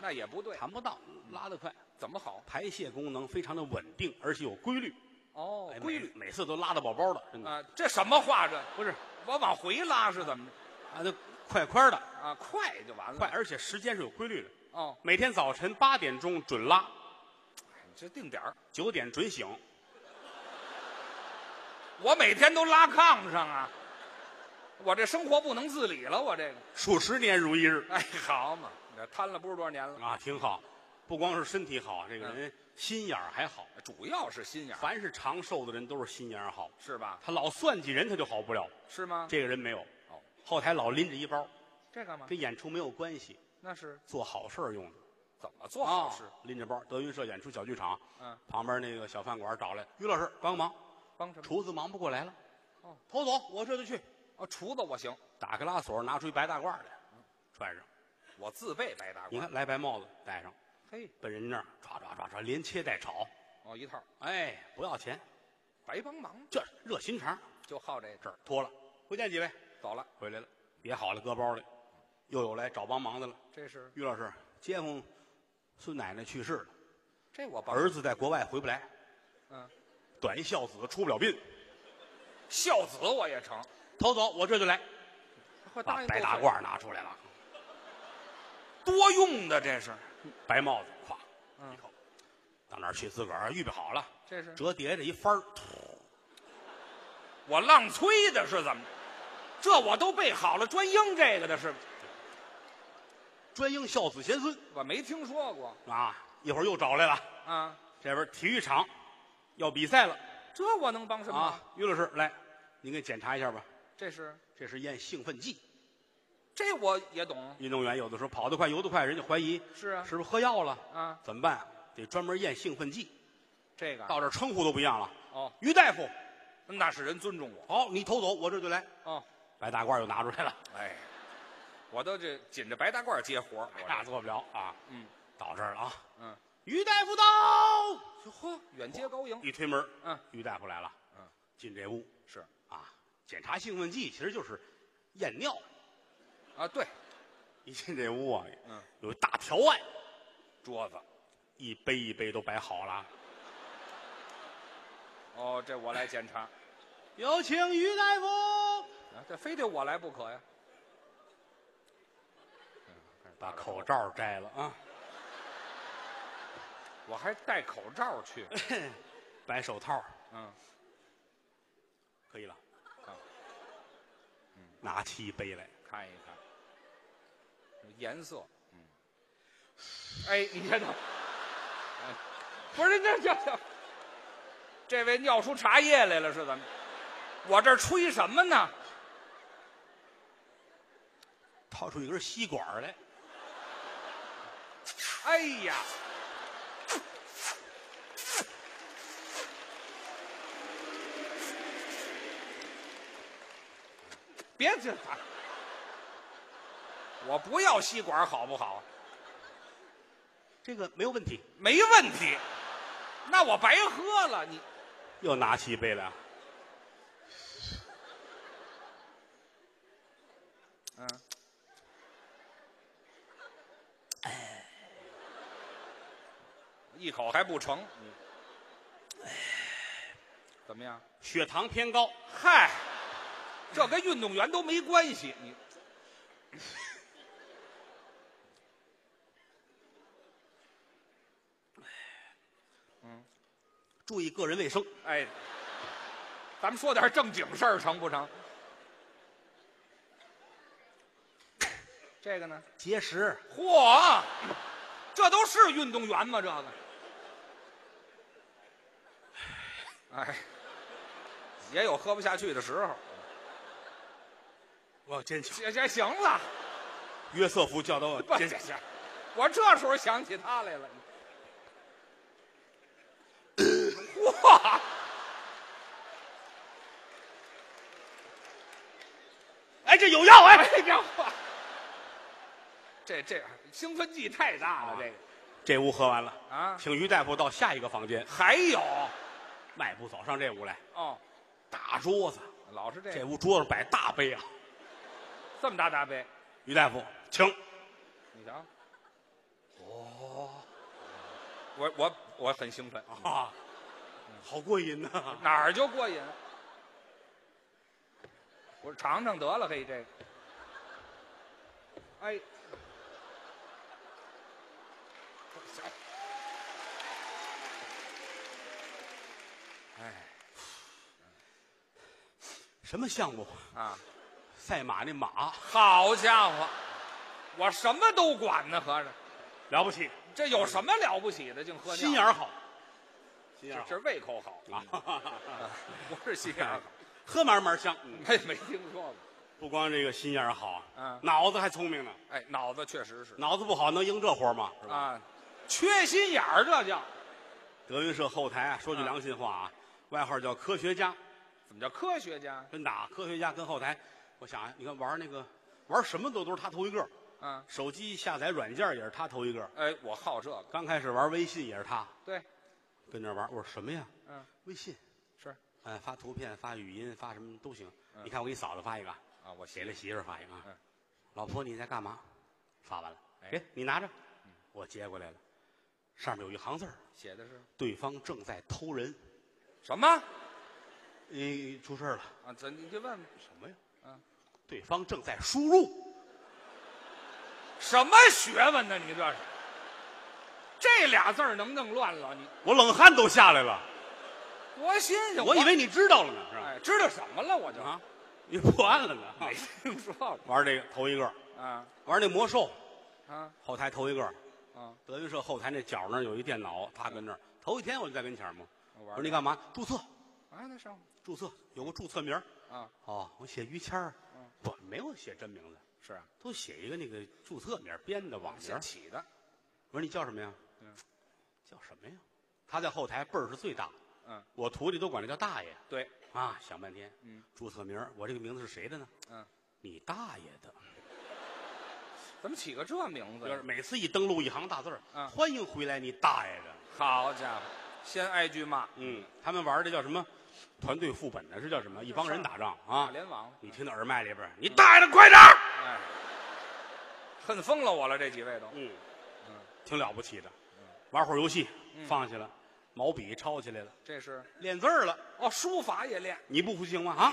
[SPEAKER 3] 那也不对，
[SPEAKER 2] 谈不到，拉得快，
[SPEAKER 3] 怎么好？
[SPEAKER 2] 排泄功能非常的稳定，而且有规律，
[SPEAKER 3] 哦
[SPEAKER 2] 哎，
[SPEAKER 3] 规律，
[SPEAKER 2] 每每次都拉的饱饱的，真的
[SPEAKER 3] 啊，这什么话这？
[SPEAKER 2] 不是
[SPEAKER 3] 我往回拉是怎么着？
[SPEAKER 2] 啊，就快快的，
[SPEAKER 3] 啊，快就完了。
[SPEAKER 2] 快，而且时间是有规律的，
[SPEAKER 3] 哦，
[SPEAKER 2] 每天早晨八点钟准拉，
[SPEAKER 3] 你这定点儿
[SPEAKER 2] 九点准醒，
[SPEAKER 3] 我每天都拉炕上啊，我这生活不能自理了，我这个。
[SPEAKER 2] 数十年如一日
[SPEAKER 3] 哎，好嘛，这瘫了不是多少年了，
[SPEAKER 2] 啊，挺好。不光是身体好，这个
[SPEAKER 3] 嗯
[SPEAKER 2] 人心眼儿还好。
[SPEAKER 3] 主要是心眼儿，
[SPEAKER 2] 凡是长寿的人都是心眼儿好，
[SPEAKER 3] 是吧？
[SPEAKER 2] 他老算计人，他就好不了。
[SPEAKER 3] 是吗？
[SPEAKER 2] 这个人没有，
[SPEAKER 3] 哦，
[SPEAKER 2] 后台老拎着一包，
[SPEAKER 3] 这干嘛？
[SPEAKER 2] 跟演出没有关系，
[SPEAKER 3] 那是
[SPEAKER 2] 做好事儿用的。
[SPEAKER 3] 怎么做好事？
[SPEAKER 2] 啊拎着包，德云社演出小剧场，
[SPEAKER 3] 嗯，
[SPEAKER 2] 旁边那个小饭馆找来于老师帮个忙，
[SPEAKER 3] 帮什么？
[SPEAKER 2] 厨子忙不过来了，
[SPEAKER 3] 哦，
[SPEAKER 2] 头总，我这就去。
[SPEAKER 3] 哦，厨子我行，
[SPEAKER 2] 打开拉锁，拿出一白大褂来，穿上。
[SPEAKER 3] 我自备白大
[SPEAKER 2] 你
[SPEAKER 3] 褂。
[SPEAKER 2] 看，来白帽子戴上，
[SPEAKER 3] 嘿，
[SPEAKER 2] 奔人那儿唰唰唰唰，连切带炒，
[SPEAKER 3] 哦，一套
[SPEAKER 2] 哎，不要钱，
[SPEAKER 3] 白帮忙，
[SPEAKER 2] 这是热心肠。
[SPEAKER 3] 就好这个。
[SPEAKER 2] 这儿脱了，回见几位，
[SPEAKER 3] 走了，
[SPEAKER 2] 回来了，别好了，搁包里。又有来找帮忙的了，
[SPEAKER 3] 这是
[SPEAKER 2] 于老师，街坊孙奶奶去世了，
[SPEAKER 3] 这我帮
[SPEAKER 2] 儿子在国外回不来，
[SPEAKER 3] 嗯，
[SPEAKER 2] 短一孝子出不了殡。
[SPEAKER 3] 孝子我也成，
[SPEAKER 2] 头总，我这就来，
[SPEAKER 3] 我答
[SPEAKER 2] 把
[SPEAKER 3] 应
[SPEAKER 2] 啊白大
[SPEAKER 3] 多费
[SPEAKER 2] 褂拿出来了，
[SPEAKER 3] 多用的这是，
[SPEAKER 2] 白帽子，咵，
[SPEAKER 3] 嗯
[SPEAKER 2] 一扣，到哪儿去？自个儿预备好了，
[SPEAKER 3] 这是
[SPEAKER 2] 折叠着一幡儿，
[SPEAKER 3] 我浪催的是怎么着？这我都备好了，专应这个的是，
[SPEAKER 2] 专应孝子贤孙
[SPEAKER 3] 我没听说过
[SPEAKER 2] 啊！一会儿又找来了，
[SPEAKER 3] 啊，
[SPEAKER 2] 这边体育场要比赛了
[SPEAKER 3] 这我能帮什么？
[SPEAKER 2] 啊！于老师，来，您给检查一下吧，
[SPEAKER 3] 这是
[SPEAKER 2] 这是验兴奋剂。
[SPEAKER 3] 这我也懂，
[SPEAKER 2] 运动员有的时候跑得快、游得快，人家怀疑
[SPEAKER 3] 是啊
[SPEAKER 2] 是不是喝药了？
[SPEAKER 3] 啊
[SPEAKER 2] 怎么办？得专门验兴奋剂。
[SPEAKER 3] 这个啊
[SPEAKER 2] 到这儿称呼都不一样了。
[SPEAKER 3] 哦，
[SPEAKER 2] 于大夫，
[SPEAKER 3] 那是人尊重我
[SPEAKER 2] 好，你头走，我这就来。
[SPEAKER 3] 哦，
[SPEAKER 2] 白大褂又拿出来了，
[SPEAKER 3] 哎，我都这紧着白大褂接活儿，我
[SPEAKER 2] 那
[SPEAKER 3] 这
[SPEAKER 2] 做不了啊。
[SPEAKER 3] 嗯，
[SPEAKER 2] 到这儿了啊。
[SPEAKER 3] 嗯，
[SPEAKER 2] 于大夫到，
[SPEAKER 3] 呵，远接高迎
[SPEAKER 2] 一推门，
[SPEAKER 3] 嗯，
[SPEAKER 2] 于大夫来了。
[SPEAKER 3] 嗯，
[SPEAKER 2] 进这屋
[SPEAKER 3] 是
[SPEAKER 2] 啊，检查兴奋剂其实就是验尿。
[SPEAKER 3] 啊，对，
[SPEAKER 2] 一进这屋啊，
[SPEAKER 3] 嗯，
[SPEAKER 2] 有一大条案，
[SPEAKER 3] 桌子
[SPEAKER 2] 一杯一杯都摆好了。
[SPEAKER 3] 哦，这我来检查
[SPEAKER 2] 有请于大夫。
[SPEAKER 3] 啊，这非得我来不可呀，嗯
[SPEAKER 2] 把口罩摘了啊，
[SPEAKER 3] 我还戴口罩去，
[SPEAKER 2] 白手套
[SPEAKER 3] 嗯，
[SPEAKER 2] 可以了嗯
[SPEAKER 3] 啊。
[SPEAKER 2] 拿起一杯来，
[SPEAKER 3] 看一看颜色，嗯，哎，你看这，哎不是这这这，这位尿出茶叶来了是怎么？我这儿吹什么呢？
[SPEAKER 2] 掏出一根吸管来，
[SPEAKER 3] 哎呀，别这，我不要吸管好不好？
[SPEAKER 2] 这个没有问题。
[SPEAKER 3] 没问题，那我白喝了你。
[SPEAKER 2] 又拿起一杯来啊，
[SPEAKER 3] 嗯，一口还不成，嗯，怎么样？
[SPEAKER 2] 血糖偏高，
[SPEAKER 3] 嗨，这跟运动员都没关系。你
[SPEAKER 2] 注意个人卫生。
[SPEAKER 3] 哎，咱们说点正经事儿成不成？这个呢？
[SPEAKER 2] 节食，
[SPEAKER 3] 嚯，这都是运动员吗？这个？哎，也有喝不下去的时候。
[SPEAKER 2] 我要坚强。
[SPEAKER 3] 这这行了，
[SPEAKER 2] 约瑟夫教导我
[SPEAKER 3] 不
[SPEAKER 2] 坚
[SPEAKER 3] 这
[SPEAKER 2] 强。
[SPEAKER 3] 这，我这时候想起他来了。哇！
[SPEAKER 2] 哎，这有药哎！
[SPEAKER 3] 哎呀，哇这这兴奋剂太大了，这个
[SPEAKER 2] 这屋喝完了
[SPEAKER 3] 啊
[SPEAKER 2] 请于大夫到下一个房间。
[SPEAKER 3] 还有
[SPEAKER 2] 迈步走上这屋来，
[SPEAKER 3] 哦，
[SPEAKER 2] 大桌子，
[SPEAKER 3] 老是这
[SPEAKER 2] 这
[SPEAKER 3] 个
[SPEAKER 2] 屋桌上摆大杯啊。
[SPEAKER 3] 这么大大杯，
[SPEAKER 2] 于大夫，请。
[SPEAKER 3] 你瞧，哦，
[SPEAKER 2] 哦
[SPEAKER 3] 我我我很兴奋，
[SPEAKER 2] 啊，好过瘾呐、
[SPEAKER 3] 哪儿就过瘾了？我尝尝得了，嘿，这个，哎，
[SPEAKER 2] 什么项目？
[SPEAKER 3] 啊，
[SPEAKER 2] 赛马那马
[SPEAKER 3] 好家伙，我什么都管呢，合着
[SPEAKER 2] 了不起，
[SPEAKER 3] 这有什么了不起的？净喝尿，
[SPEAKER 2] 心眼儿好，心眼
[SPEAKER 3] 这
[SPEAKER 2] 儿
[SPEAKER 3] 这胃口好，
[SPEAKER 2] 好 啊！
[SPEAKER 3] 不是心眼儿好，哎
[SPEAKER 2] 喝嘛嘛香，嗯
[SPEAKER 3] 没没听说过。
[SPEAKER 2] 不光这个心眼儿好，啊
[SPEAKER 3] 嗯
[SPEAKER 2] 脑子还聪明呢。
[SPEAKER 3] 哎，脑子确实是
[SPEAKER 2] 脑子不好能应这活吗？嗯是吧？
[SPEAKER 3] 啊，缺心眼儿，这叫
[SPEAKER 2] 德云社后台啊，说句
[SPEAKER 3] 啊
[SPEAKER 2] 良心话啊，外号叫科学家，
[SPEAKER 3] 怎么叫科学家？
[SPEAKER 2] 真的啊，科学家跟后台，我想啊，你看玩那个玩什么都都是他头一个，
[SPEAKER 3] 啊，
[SPEAKER 2] 手机下载软件也是他头一个，
[SPEAKER 3] 哎，我好这个，
[SPEAKER 2] 刚开始玩微信也是他
[SPEAKER 3] 对，
[SPEAKER 2] 跟那玩，我说什么呀？
[SPEAKER 3] 嗯，
[SPEAKER 2] 微信，
[SPEAKER 3] 是
[SPEAKER 2] 哎，发图片、发语音、发什么都行。
[SPEAKER 3] 嗯
[SPEAKER 2] 你看我给你嫂子发一个啊，
[SPEAKER 3] 啊，我
[SPEAKER 2] 给
[SPEAKER 3] 写
[SPEAKER 2] 了
[SPEAKER 3] 了，
[SPEAKER 2] 媳妇儿发一个啊
[SPEAKER 3] 嗯。
[SPEAKER 2] 老婆你在干嘛？发完了，
[SPEAKER 3] 哎
[SPEAKER 2] 给你拿着，我接过来了，上面有一行字儿
[SPEAKER 3] 写的是
[SPEAKER 2] 对方正在偷人，
[SPEAKER 3] 什么
[SPEAKER 2] 哎，出事儿了，
[SPEAKER 3] 啊？咱你就问问
[SPEAKER 2] 什么呀？
[SPEAKER 3] 嗯，
[SPEAKER 2] 对方正在输入，
[SPEAKER 3] 什么学问呢？你这是这俩字儿能弄乱了你？
[SPEAKER 2] 我冷汗都下来了，
[SPEAKER 3] 多新鲜！
[SPEAKER 2] 我以为你知道了呢，是吧？
[SPEAKER 3] 哎，知道什么了？哎我就
[SPEAKER 2] 啊，你破案了呢。
[SPEAKER 3] 没听说过
[SPEAKER 2] 玩这个头一个，
[SPEAKER 3] 啊
[SPEAKER 2] 玩那魔兽
[SPEAKER 3] 啊
[SPEAKER 2] 后台头一个，
[SPEAKER 3] 啊！
[SPEAKER 2] 德云社后台那角那儿有一电脑，他跟那儿。头一天我就在跟前儿嘛，
[SPEAKER 3] 我
[SPEAKER 2] 我
[SPEAKER 3] 玩
[SPEAKER 2] 说你干嘛？注册，
[SPEAKER 3] 啊，那上
[SPEAKER 2] 注册有个注册名儿
[SPEAKER 3] 啊，
[SPEAKER 2] 哦，我写于谦儿
[SPEAKER 3] 嗯，
[SPEAKER 2] 我没有写真名字，
[SPEAKER 3] 是啊，
[SPEAKER 2] 都写一个那个注册名儿编的网名
[SPEAKER 3] 写
[SPEAKER 2] 儿。
[SPEAKER 3] 起的，
[SPEAKER 2] 我说你叫什么呀
[SPEAKER 3] 嗯？
[SPEAKER 2] 叫什么呀？他在后台辈儿是最大，
[SPEAKER 3] 嗯，
[SPEAKER 2] 我徒弟都管他叫大爷
[SPEAKER 3] 对，
[SPEAKER 2] 啊。想半天，
[SPEAKER 3] 嗯，
[SPEAKER 2] 注册名儿，我这个名字是谁的呢？
[SPEAKER 3] 嗯，
[SPEAKER 2] 你大爷的！
[SPEAKER 3] 怎么起个这名字
[SPEAKER 2] 就是
[SPEAKER 3] 呀？
[SPEAKER 2] 每次一登录一行大字儿，
[SPEAKER 3] 嗯
[SPEAKER 2] 欢迎回来，你大爷的！
[SPEAKER 3] 好家伙，先挨句骂，
[SPEAKER 2] 嗯，他们玩的叫什么？团队副本呢？是叫什么？一帮人打仗
[SPEAKER 3] 打
[SPEAKER 2] 啊！
[SPEAKER 3] 联网了，
[SPEAKER 2] 你听到耳麦里边儿，你大爷的，快点儿！
[SPEAKER 3] 哎，恨疯了我了，这几位都
[SPEAKER 2] 嗯
[SPEAKER 3] 嗯，
[SPEAKER 2] 挺了不起的。玩会儿游戏，放下了，毛笔抄起来了，
[SPEAKER 3] 这是
[SPEAKER 2] 练字儿了。
[SPEAKER 3] 哦，书法也练，
[SPEAKER 2] 你不服行吗？ 啊，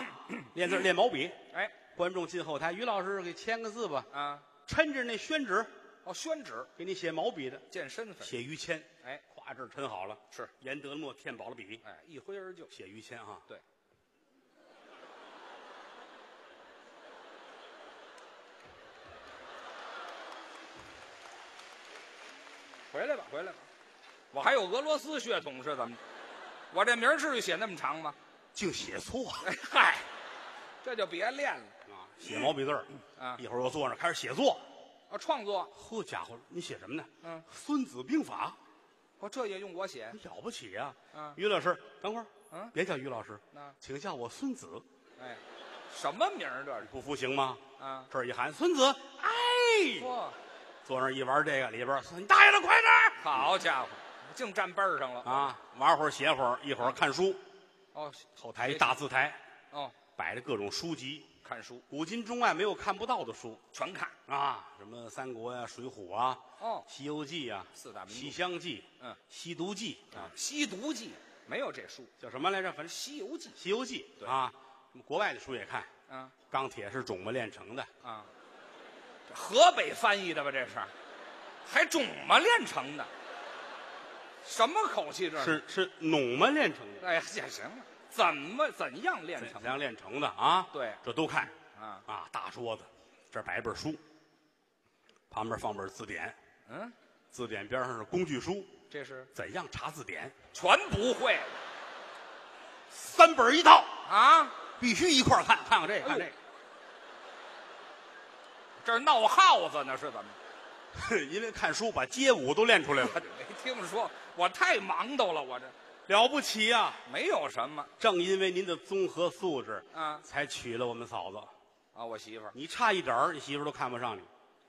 [SPEAKER 2] 练字儿练毛笔。
[SPEAKER 3] 哎
[SPEAKER 2] 观众进后台，于老师给签个字吧，
[SPEAKER 3] 啊，
[SPEAKER 2] 抻着那宣纸
[SPEAKER 3] 哦，宣纸
[SPEAKER 2] 给你写毛笔的，
[SPEAKER 3] 见身份，
[SPEAKER 2] 写于谦，
[SPEAKER 3] 哎
[SPEAKER 2] 夸这儿抻好了，
[SPEAKER 3] 是，
[SPEAKER 2] 研德墨添饱了笔，
[SPEAKER 3] 哎，一挥而就，
[SPEAKER 2] 写于谦啊。
[SPEAKER 3] 对，回来吧，回来吧，我还有俄罗斯血统是怎么着？我这名儿至于写那么长吗？
[SPEAKER 2] 净写错
[SPEAKER 3] 哎嗨，这就别练了
[SPEAKER 2] 啊，写毛笔字儿。
[SPEAKER 3] 啊！
[SPEAKER 2] 一会儿又坐那儿开始写作，
[SPEAKER 3] 啊，创作，
[SPEAKER 2] 好家伙，你写什么呢？
[SPEAKER 3] 嗯，
[SPEAKER 2] 《孙子兵法哎
[SPEAKER 3] 我哦这也用我写》，
[SPEAKER 2] 了不起呀！
[SPEAKER 3] 啊，
[SPEAKER 2] 于老师，等会儿，
[SPEAKER 3] 嗯
[SPEAKER 2] 别叫于老师，
[SPEAKER 3] 那
[SPEAKER 2] 请叫我孙子，
[SPEAKER 3] 哎，什么名儿这是
[SPEAKER 2] 不服行吗？
[SPEAKER 3] 啊？
[SPEAKER 2] 这儿一喊孙子，哎，
[SPEAKER 3] 嚯，
[SPEAKER 2] 坐那儿一玩这个里边儿，你大爷的，快点儿
[SPEAKER 3] 好家伙，净站背儿上了。
[SPEAKER 2] 啊！玩会儿写会儿，一会儿看书，
[SPEAKER 3] 哦
[SPEAKER 2] 后台一大字台
[SPEAKER 3] 哦，
[SPEAKER 2] 摆着各种书籍，
[SPEAKER 3] 看书
[SPEAKER 2] 古今中外没有看不到的书
[SPEAKER 3] 全看。
[SPEAKER 2] 啊，什么《三国》呀、《水浒》啊、
[SPEAKER 3] 哦
[SPEAKER 2] 《西游记》啊、
[SPEAKER 3] 四
[SPEAKER 2] 《
[SPEAKER 3] 大名著
[SPEAKER 2] 西厢记》、
[SPEAKER 3] 嗯
[SPEAKER 2] 《西毒记》
[SPEAKER 3] 啊，《西毒记》没有这书，《
[SPEAKER 2] 叫什么来着？反正
[SPEAKER 3] 西游记
[SPEAKER 2] 《西游记》
[SPEAKER 3] 对
[SPEAKER 2] 啊，国外的书也看，》
[SPEAKER 3] 啊
[SPEAKER 2] 钢铁是种子炼成的，
[SPEAKER 3] 啊，这河北翻译的吧？这是，还种么练成的？什么口气这？
[SPEAKER 2] 是是农么炼成的，
[SPEAKER 3] 哎呀，这行了，怎么怎样练
[SPEAKER 2] 怎
[SPEAKER 3] 成
[SPEAKER 2] 怎
[SPEAKER 3] 的？
[SPEAKER 2] 样炼成的啊？
[SPEAKER 3] 对
[SPEAKER 2] 这都看
[SPEAKER 3] 啊，
[SPEAKER 2] 啊，大桌子，这儿摆一本书，旁边放本字典，
[SPEAKER 3] 嗯，
[SPEAKER 2] 字典边上是工具书，
[SPEAKER 3] 这是
[SPEAKER 2] 怎样查字典？
[SPEAKER 3] 全不会
[SPEAKER 2] 三本一套，
[SPEAKER 3] 啊！
[SPEAKER 2] 必须一块儿看，看看这个，
[SPEAKER 3] 哎
[SPEAKER 2] 看
[SPEAKER 3] 呦
[SPEAKER 2] 这个。
[SPEAKER 3] 这儿闹耗子呢是怎么？
[SPEAKER 2] 因为看书把街舞都练出来了，
[SPEAKER 3] 没听说，我太忙叨了，我这
[SPEAKER 2] 了不起呀、啊！
[SPEAKER 3] 没有什么
[SPEAKER 2] 正因为您的综合素质，
[SPEAKER 3] 啊
[SPEAKER 2] 才娶了我们嫂子。
[SPEAKER 3] 啊，我媳妇儿
[SPEAKER 2] 你差一点儿，你媳妇儿都看不上你。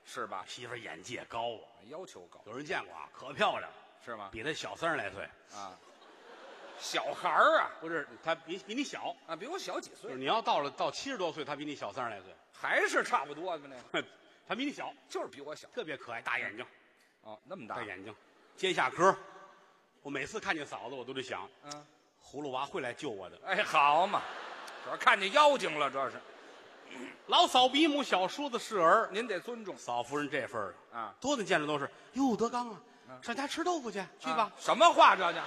[SPEAKER 3] 是吧？
[SPEAKER 2] 媳妇儿眼界高啊，
[SPEAKER 3] 要求高
[SPEAKER 2] 有人见过啊，可漂亮了，
[SPEAKER 3] 是吗？
[SPEAKER 2] 比她小三十来岁，
[SPEAKER 3] 啊，小孩儿啊
[SPEAKER 2] 不是她比比你小，
[SPEAKER 3] 啊，比我小几
[SPEAKER 2] 就
[SPEAKER 3] 岁
[SPEAKER 2] 是，你要到了到七十多岁，她比你小三十来岁
[SPEAKER 3] 还是差不多的那个，
[SPEAKER 2] 哼，她比你小，
[SPEAKER 3] 就是比我小
[SPEAKER 2] 特别可爱，大眼睛，
[SPEAKER 3] 哦，那么
[SPEAKER 2] 大
[SPEAKER 3] 大，
[SPEAKER 2] 眼睛，尖下颏儿。我每次看见嫂子，我都得想，
[SPEAKER 3] 嗯，
[SPEAKER 2] 葫芦娃会来救我的。
[SPEAKER 3] 哎，好嘛，主要看见妖精了，这是
[SPEAKER 2] 老嫂比母，小叔子是儿。
[SPEAKER 3] 您得尊重
[SPEAKER 2] 嫂夫人这份儿的
[SPEAKER 3] 啊，
[SPEAKER 2] 多的见着都是哟，德刚啊，
[SPEAKER 3] 嗯
[SPEAKER 2] 上家吃豆腐去，去吧
[SPEAKER 3] 啊。什么话这叫？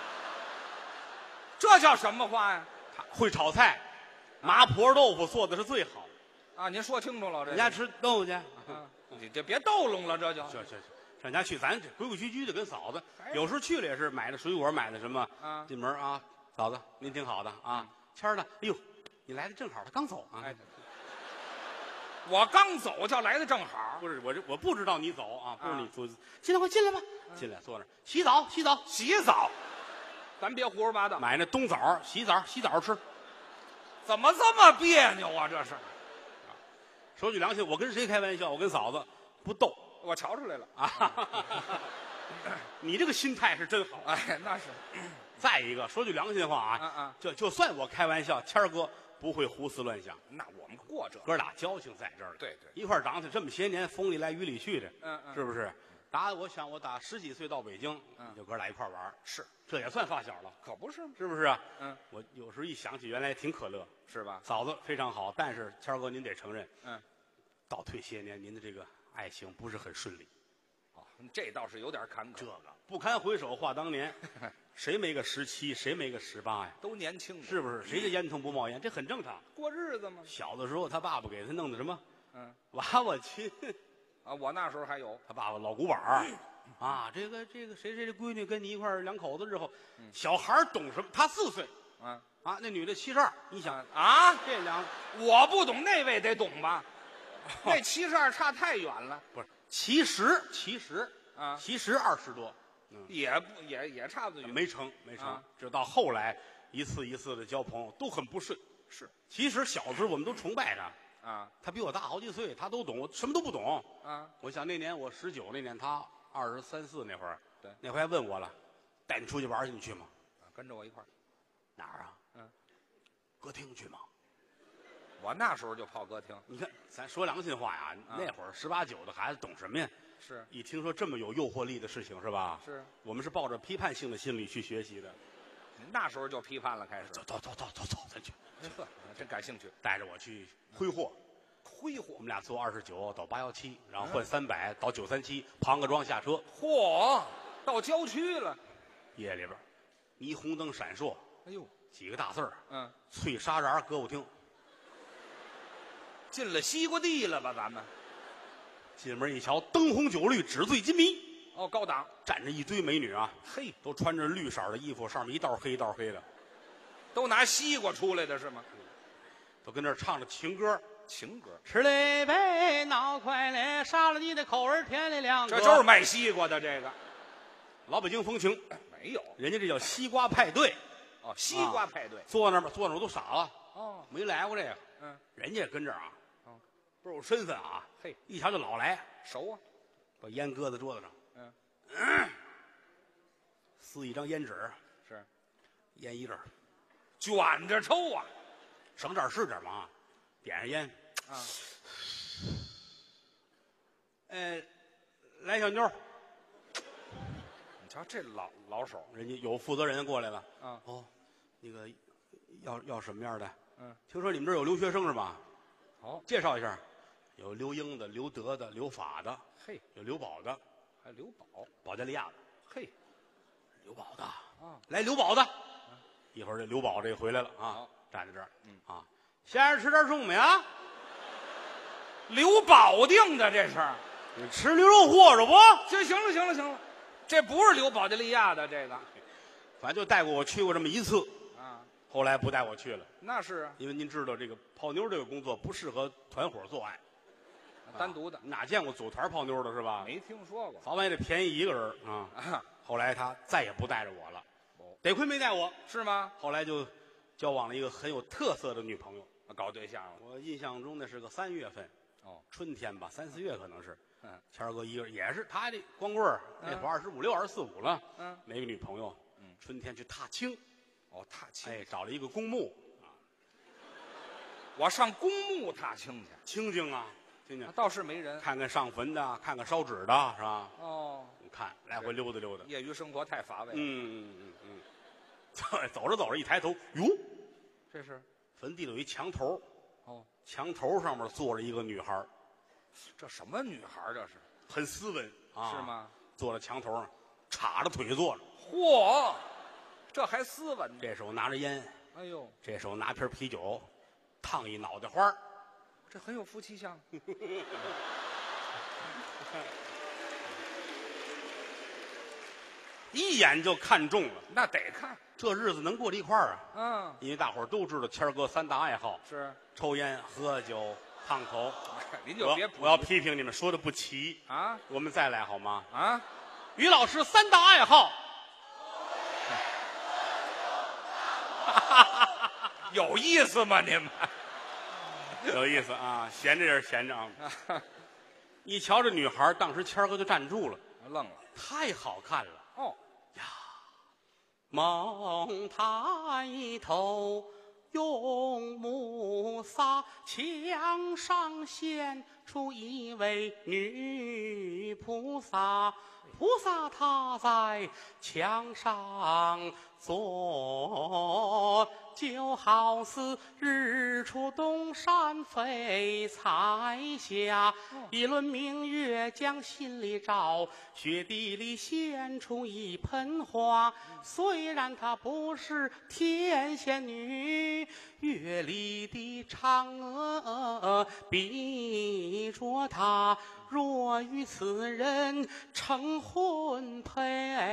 [SPEAKER 3] 这叫什么话呀？
[SPEAKER 2] 她会炒菜，麻婆豆腐做的是最好。
[SPEAKER 3] 啊，您说清楚了，
[SPEAKER 2] 上
[SPEAKER 3] 这是
[SPEAKER 2] 家吃豆腐去，
[SPEAKER 3] 啊，你这别逗弄了，这就
[SPEAKER 2] 去去去，上家去，咱这规规矩矩的跟嫂子
[SPEAKER 3] 哎。
[SPEAKER 2] 有时候去了也是买的水果，买的什么
[SPEAKER 3] 啊，
[SPEAKER 2] 进门啊，嫂子您挺好的啊，谦儿呢，哎呦，你来的正好，他刚走啊。
[SPEAKER 3] 嗯哎，我刚走就来的正好，
[SPEAKER 2] 不是我这我不知道你走啊，不是
[SPEAKER 3] 啊
[SPEAKER 2] 你出，进来快进来吧，
[SPEAKER 3] 嗯
[SPEAKER 2] 进来坐那儿洗澡洗澡，
[SPEAKER 3] 洗澡，咱别胡说八道，
[SPEAKER 2] 买那冬枣洗澡洗澡吃。
[SPEAKER 3] 怎么这么别扭啊？这是
[SPEAKER 2] 说句良心，我跟谁开玩笑？我跟嫂子不逗
[SPEAKER 3] 我瞧出来了，
[SPEAKER 2] 啊。你这个心态是真好。啊
[SPEAKER 3] 哎，那是
[SPEAKER 2] 再一个，说句良心话啊，
[SPEAKER 3] 嗯嗯
[SPEAKER 2] 就就算我开玩笑，谦儿哥不会胡思乱想。
[SPEAKER 3] 那我们过这个，
[SPEAKER 2] 哥俩交情在这儿呢，
[SPEAKER 3] 对对
[SPEAKER 2] 一块儿长起来这么些年，风里来雨里去的，
[SPEAKER 3] 嗯嗯
[SPEAKER 2] 是不是？打我想我打十几岁到北京，
[SPEAKER 3] 嗯
[SPEAKER 2] 就哥俩一块儿玩儿，
[SPEAKER 3] 是，
[SPEAKER 2] 这也算发小了，
[SPEAKER 3] 可不是吗？
[SPEAKER 2] 是不是啊？
[SPEAKER 3] 嗯，
[SPEAKER 2] 我有时候一想起原来挺可乐，
[SPEAKER 3] 是吧？
[SPEAKER 2] 嫂子非常好，但是谦儿哥您得承认，
[SPEAKER 3] 嗯，
[SPEAKER 2] 倒退些年您的这个爱情不是很顺利，
[SPEAKER 3] 哦，这倒是有点坎坷，
[SPEAKER 2] 这个不堪回首话当 年，谁没个十七，谁没个十八呀？
[SPEAKER 3] 都年轻嘛，
[SPEAKER 2] 是不是？谁家烟囱不冒烟？这很正常。
[SPEAKER 3] 过日子嘛。
[SPEAKER 2] 小的时候他爸爸给他弄的什么
[SPEAKER 3] 嗯，
[SPEAKER 2] 娃娃亲，
[SPEAKER 3] 啊，我那时候还有，
[SPEAKER 2] 他爸爸老古板儿啊，这个这个谁谁的闺女跟你一块儿两口子之后，
[SPEAKER 3] 嗯
[SPEAKER 2] 小孩儿懂什么？他四岁
[SPEAKER 3] 啊
[SPEAKER 2] 啊，那女的七十二，你想
[SPEAKER 3] 啊，
[SPEAKER 2] 这两
[SPEAKER 3] 我不懂那位得懂吧？ 那七十二差太远了
[SPEAKER 2] 不是其实其实
[SPEAKER 3] 啊
[SPEAKER 2] 其实二十多，嗯，
[SPEAKER 3] 也不也也差不多远。
[SPEAKER 2] 没成没成
[SPEAKER 3] 啊，
[SPEAKER 2] 这到后来一次一次的交朋友都很不顺。
[SPEAKER 3] 是
[SPEAKER 2] 其实小时候我们都崇拜他，
[SPEAKER 3] 啊
[SPEAKER 2] 他比我大好几岁，他都懂，我什么都不懂。
[SPEAKER 3] 啊，
[SPEAKER 2] 我想那年我十九那年，他二十三四那会儿，
[SPEAKER 3] 对
[SPEAKER 2] 那回还问我了，带你出去玩儿去，你去吗？
[SPEAKER 3] 跟着我一块儿。
[SPEAKER 2] 哪儿啊？
[SPEAKER 3] 嗯，
[SPEAKER 2] 歌厅去吗？
[SPEAKER 3] 我那时候就泡歌厅，
[SPEAKER 2] 你看，咱说良心话呀，
[SPEAKER 3] 啊
[SPEAKER 2] 那会儿十八九的孩子懂什么呀？
[SPEAKER 3] 是
[SPEAKER 2] 一听说这么有诱惑力的事情是吧？
[SPEAKER 3] 是，
[SPEAKER 2] 我们是抱着批判性的心理去学习的。
[SPEAKER 3] 那时候就批判了，开始。
[SPEAKER 2] 走走走走走走，咱去，
[SPEAKER 3] 呵， 真感兴趣，
[SPEAKER 2] 带着我去挥霍。
[SPEAKER 3] 挥
[SPEAKER 2] 我
[SPEAKER 3] 霍。
[SPEAKER 2] 们俩坐二十九到八幺七，然后换三百到九三七，庞各庄下车。
[SPEAKER 3] 嚯，到郊区了。
[SPEAKER 2] 夜里边，霓虹灯闪烁，
[SPEAKER 3] 哎呦，
[SPEAKER 2] 几个大字儿
[SPEAKER 3] 嗯，
[SPEAKER 2] “翠沙瓤歌舞厅
[SPEAKER 3] 进了西瓜地了吧？咱们”。
[SPEAKER 2] 进门一瞧，灯红酒绿，纸醉金迷，
[SPEAKER 3] 哦，高档。
[SPEAKER 2] 站着一堆美女啊，
[SPEAKER 3] 嘿，
[SPEAKER 2] 都穿着绿色的衣服，上面一道黑一道黑的，
[SPEAKER 3] 都拿西瓜出来的是吗？
[SPEAKER 2] 都跟那儿唱着情歌。
[SPEAKER 3] 情歌，
[SPEAKER 2] 吃嘞呗，闹快嘞，杀了你的口儿甜嘞两
[SPEAKER 3] 这就是卖西瓜的这个。
[SPEAKER 2] 老北京风情，
[SPEAKER 3] 没有
[SPEAKER 2] 人家这叫西瓜派对。
[SPEAKER 3] 哦，西瓜派对。
[SPEAKER 2] 坐那儿吧，坐那儿我都傻了，
[SPEAKER 3] 哦，
[SPEAKER 2] 没来过这个。
[SPEAKER 3] 嗯，
[SPEAKER 2] 人家跟这儿啊
[SPEAKER 3] 哦，
[SPEAKER 2] 倍儿有身份啊，
[SPEAKER 3] 嘿，
[SPEAKER 2] 一瞧就老来，
[SPEAKER 3] 熟啊。
[SPEAKER 2] 把烟搁在桌子上，
[SPEAKER 3] 嗯，
[SPEAKER 2] 撕一张烟纸，
[SPEAKER 3] 是
[SPEAKER 2] 烟一阵儿，
[SPEAKER 3] 卷着抽啊。
[SPEAKER 2] 省点儿是点儿嘛啊，点上烟，
[SPEAKER 3] 啊，
[SPEAKER 2] 呃，来小妞儿，
[SPEAKER 3] 你瞧这老老手。
[SPEAKER 2] 人家有负责人过来了，
[SPEAKER 3] 啊，
[SPEAKER 2] 哦，那个要要什么样的？
[SPEAKER 3] 嗯，
[SPEAKER 2] 听说你们这儿有留学生是吧？
[SPEAKER 3] 好。
[SPEAKER 2] 介绍一下，有留英的、留德的、留法的，
[SPEAKER 3] 嘿，
[SPEAKER 2] 有留保的，
[SPEAKER 3] 还刘宝。
[SPEAKER 2] 保加利亚的，
[SPEAKER 3] 嘿，
[SPEAKER 2] 留保的，
[SPEAKER 3] 啊，
[SPEAKER 2] 来留保的。一会儿这刘宝这回来了啊
[SPEAKER 3] 好，
[SPEAKER 2] 站在这儿，
[SPEAKER 3] 嗯
[SPEAKER 2] 啊，先生吃点什么呀？
[SPEAKER 3] 刘保定的这是。嗯
[SPEAKER 2] 你吃牛肉和着不？
[SPEAKER 3] 这行了，行了，行了，这不是留保加利亚的这个
[SPEAKER 2] 反正就带过我去过这么一次，
[SPEAKER 3] 啊，
[SPEAKER 2] 后来不带我去了，
[SPEAKER 3] 那是啊，
[SPEAKER 2] 因为您知道这个泡妞这个工作不适合团伙做爱，
[SPEAKER 3] 单独的，
[SPEAKER 2] 哪见过组团泡妞的是吧？
[SPEAKER 3] 啊没听说过
[SPEAKER 2] 早晚也得便宜一个人儿啊。
[SPEAKER 3] 啊？
[SPEAKER 2] 后来他再也不带着我了
[SPEAKER 3] 哦，
[SPEAKER 2] 得亏没带我。
[SPEAKER 3] 是吗？
[SPEAKER 2] 后来就交往了一个很有特色的女朋友。
[SPEAKER 3] 搞对象了？
[SPEAKER 2] 我印象中那是个三月份，
[SPEAKER 3] 哦，
[SPEAKER 2] 春天吧，三四月可能是。
[SPEAKER 3] 嗯
[SPEAKER 2] 谦儿哥一个人也是他这光棍儿，那会儿二十五六、二十四五了，
[SPEAKER 3] 嗯，
[SPEAKER 2] 没个女朋友。
[SPEAKER 3] 嗯
[SPEAKER 2] 春天去踏青，
[SPEAKER 3] 哦，踏青，
[SPEAKER 2] 哎，找了一个公墓，
[SPEAKER 3] 我上公墓踏青去，
[SPEAKER 2] 清静啊，清静，
[SPEAKER 3] 倒是没人。
[SPEAKER 2] 看看上坟的，看看烧纸的，是吧？
[SPEAKER 3] 哦，
[SPEAKER 2] 你看，来回溜达溜达。
[SPEAKER 3] 业余生活太乏味了。
[SPEAKER 2] 嗯嗯嗯嗯， 走走着走着，一抬头，哟，
[SPEAKER 3] 这是，
[SPEAKER 2] 坟地里有一墙头，
[SPEAKER 3] 哦，
[SPEAKER 2] 墙头上面坐着一个女孩儿，
[SPEAKER 3] 这什么女孩儿这是？
[SPEAKER 2] 很斯文啊，
[SPEAKER 3] 是？吗？
[SPEAKER 2] 坐在墙头上，叉着腿坐着，
[SPEAKER 3] 嚯，这还斯文呢！
[SPEAKER 2] 这手拿着烟，
[SPEAKER 3] 哎呦，
[SPEAKER 2] 这手拿瓶啤酒，烫一脑袋花儿
[SPEAKER 3] 这很有夫妻相。
[SPEAKER 2] 一眼就看中了，
[SPEAKER 3] 那得看，
[SPEAKER 2] 这日子能过到一块儿啊？
[SPEAKER 3] 嗯，
[SPEAKER 2] 因为大伙儿都知道谦儿哥三大爱好：
[SPEAKER 3] 是，哎
[SPEAKER 2] 抽烟、喝酒、烫头。
[SPEAKER 3] 您
[SPEAKER 2] 我
[SPEAKER 3] 就别
[SPEAKER 2] 我要批评你们说的不齐，
[SPEAKER 3] 啊
[SPEAKER 2] 我们再来好吗？
[SPEAKER 3] 啊！
[SPEAKER 2] 于老师三大爱好，
[SPEAKER 3] 有意思吗？你们？
[SPEAKER 2] 有意思啊！闲着也是闲着啊。一瞧这女孩儿，当时谦儿哥就站住了，
[SPEAKER 3] 愣了。
[SPEAKER 2] 太好看了。
[SPEAKER 3] 哦，
[SPEAKER 2] 猛抬头，用目撒，墙上现出一位女菩萨，菩萨她在墙上坐，就好似日出东山飞，彩霞一轮明月将心里照，雪地里现出一盆花。虽然她不是天仙女，月里的嫦娥比着她。若与此人成婚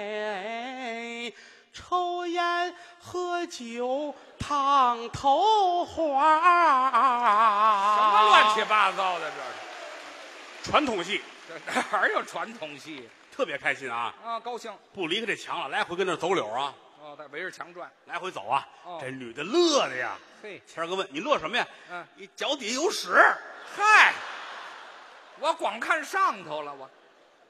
[SPEAKER 2] 配，抽烟喝酒烫头花。
[SPEAKER 3] 什么乱七八糟的这是？
[SPEAKER 2] 传统戏
[SPEAKER 3] 这哪儿有传统戏
[SPEAKER 2] 特别开心啊！
[SPEAKER 3] 啊？高兴
[SPEAKER 2] 不离开这墙了，来回跟那儿走柳啊，
[SPEAKER 3] 哦，他围着墙转。
[SPEAKER 2] 来回走啊。
[SPEAKER 3] 哦
[SPEAKER 2] 这女的乐的呀。
[SPEAKER 3] 嘿，
[SPEAKER 2] 谦儿哥问你乐什么呀？
[SPEAKER 3] 嗯
[SPEAKER 2] 你脚底下有屎。
[SPEAKER 3] 嗨，我光看上头了，我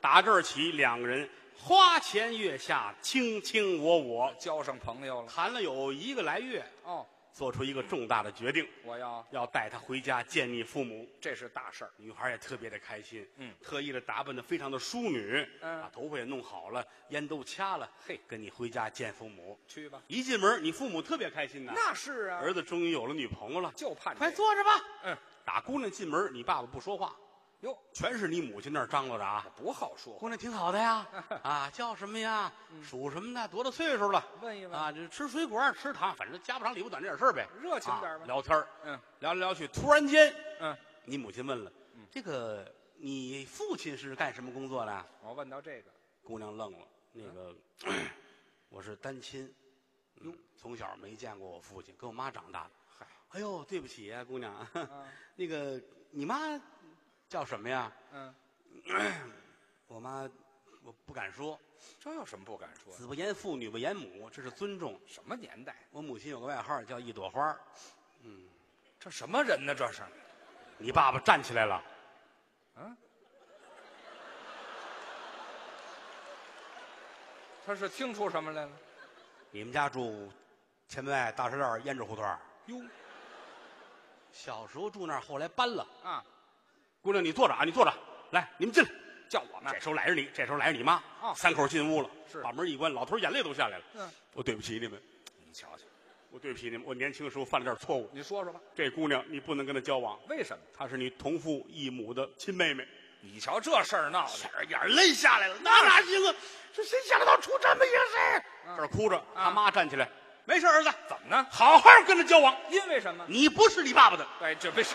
[SPEAKER 2] 打这儿起，两个人花前月下，卿卿我我，
[SPEAKER 3] 交上朋友了。
[SPEAKER 2] 谈了有一个来月，
[SPEAKER 3] 哦，
[SPEAKER 2] 做出一个重大的决定，
[SPEAKER 3] 我要，
[SPEAKER 2] 要带她回家见你父母。
[SPEAKER 3] 这是大事儿。
[SPEAKER 2] 女孩也特别的开心，
[SPEAKER 3] 嗯
[SPEAKER 2] 特意的打扮的非常的淑女，
[SPEAKER 3] 嗯
[SPEAKER 2] 把头发也弄好了，烟都掐了，
[SPEAKER 3] 嘿
[SPEAKER 2] 跟你回家见父母。
[SPEAKER 3] 去吧。
[SPEAKER 2] 一进门，你父母特别开心呐，
[SPEAKER 3] 那是啊，
[SPEAKER 2] 儿子终于有了女朋友了，
[SPEAKER 3] 就盼
[SPEAKER 2] 快
[SPEAKER 3] 这个。
[SPEAKER 2] 坐着吧。
[SPEAKER 3] 嗯，
[SPEAKER 2] 打姑娘进门，你爸爸不说话，
[SPEAKER 3] 哟，
[SPEAKER 2] 全是你母亲那儿张罗着啊。
[SPEAKER 3] 不好说话。
[SPEAKER 2] 姑娘挺好的 呀，啊，叫什么呀？
[SPEAKER 3] 嗯
[SPEAKER 2] 属什么的？多大岁数了？
[SPEAKER 3] 问一问
[SPEAKER 2] 啊，这吃水果吃糖，反正家不长里不短这点事儿呗，
[SPEAKER 3] 热情点儿吧
[SPEAKER 2] 啊聊天儿
[SPEAKER 3] 嗯
[SPEAKER 2] 聊来聊去，突然间，
[SPEAKER 3] 嗯，
[SPEAKER 2] 你母亲问了，这个你父亲是干什么工作的？啊
[SPEAKER 3] 我问到这个，
[SPEAKER 2] 姑娘愣了，那个 我是单亲，嗯，从小没见过我父亲，跟我妈长大的。
[SPEAKER 3] 嗨，
[SPEAKER 2] 哎呦，对不起啊，姑娘，
[SPEAKER 3] 啊，
[SPEAKER 2] 那个你妈叫什么呀？
[SPEAKER 3] 嗯，
[SPEAKER 2] 我妈我不敢说，
[SPEAKER 3] 这有什么不敢说的？
[SPEAKER 2] 子不言父，女不言母，这是尊重。
[SPEAKER 3] 什么年代？
[SPEAKER 2] 我母亲有个外号叫一朵花。
[SPEAKER 3] 这什么人呢？这是？
[SPEAKER 2] 你爸爸站起来了，
[SPEAKER 3] 他是听出什么来了？
[SPEAKER 2] 你们家住前门外大石料胭脂胡同儿，
[SPEAKER 3] 哟
[SPEAKER 2] 小时候住那儿，后来搬了。
[SPEAKER 3] 啊，
[SPEAKER 2] 姑娘，你坐着啊，你坐着，来，你们进来。
[SPEAKER 3] 叫我们
[SPEAKER 2] 这时候来着你，这时候来着你妈，
[SPEAKER 3] 哦
[SPEAKER 2] 三口进屋了，
[SPEAKER 3] 是
[SPEAKER 2] 把门一关，老头眼泪都下来了。
[SPEAKER 3] 嗯，
[SPEAKER 2] 我对不起你们，
[SPEAKER 3] 你瞧瞧，
[SPEAKER 2] 我对不起你们，我年轻的时候犯了点错误。
[SPEAKER 3] 你说说吧，
[SPEAKER 2] 这姑娘你不能跟她交往，
[SPEAKER 3] 为什么？
[SPEAKER 2] 她是你同父异母的亲妹妹。
[SPEAKER 3] 你瞧这事儿闹的，
[SPEAKER 2] 眼泪下来了，那哪行啊？这谁想得到出这么一个事
[SPEAKER 3] 嗯
[SPEAKER 2] 儿？这儿哭着，他妈站起来，没事，儿子，
[SPEAKER 3] 怎么呢？
[SPEAKER 2] 好好跟他交往。
[SPEAKER 3] 因为什么？
[SPEAKER 2] 你不是你爸爸的，
[SPEAKER 3] 哎，这不是，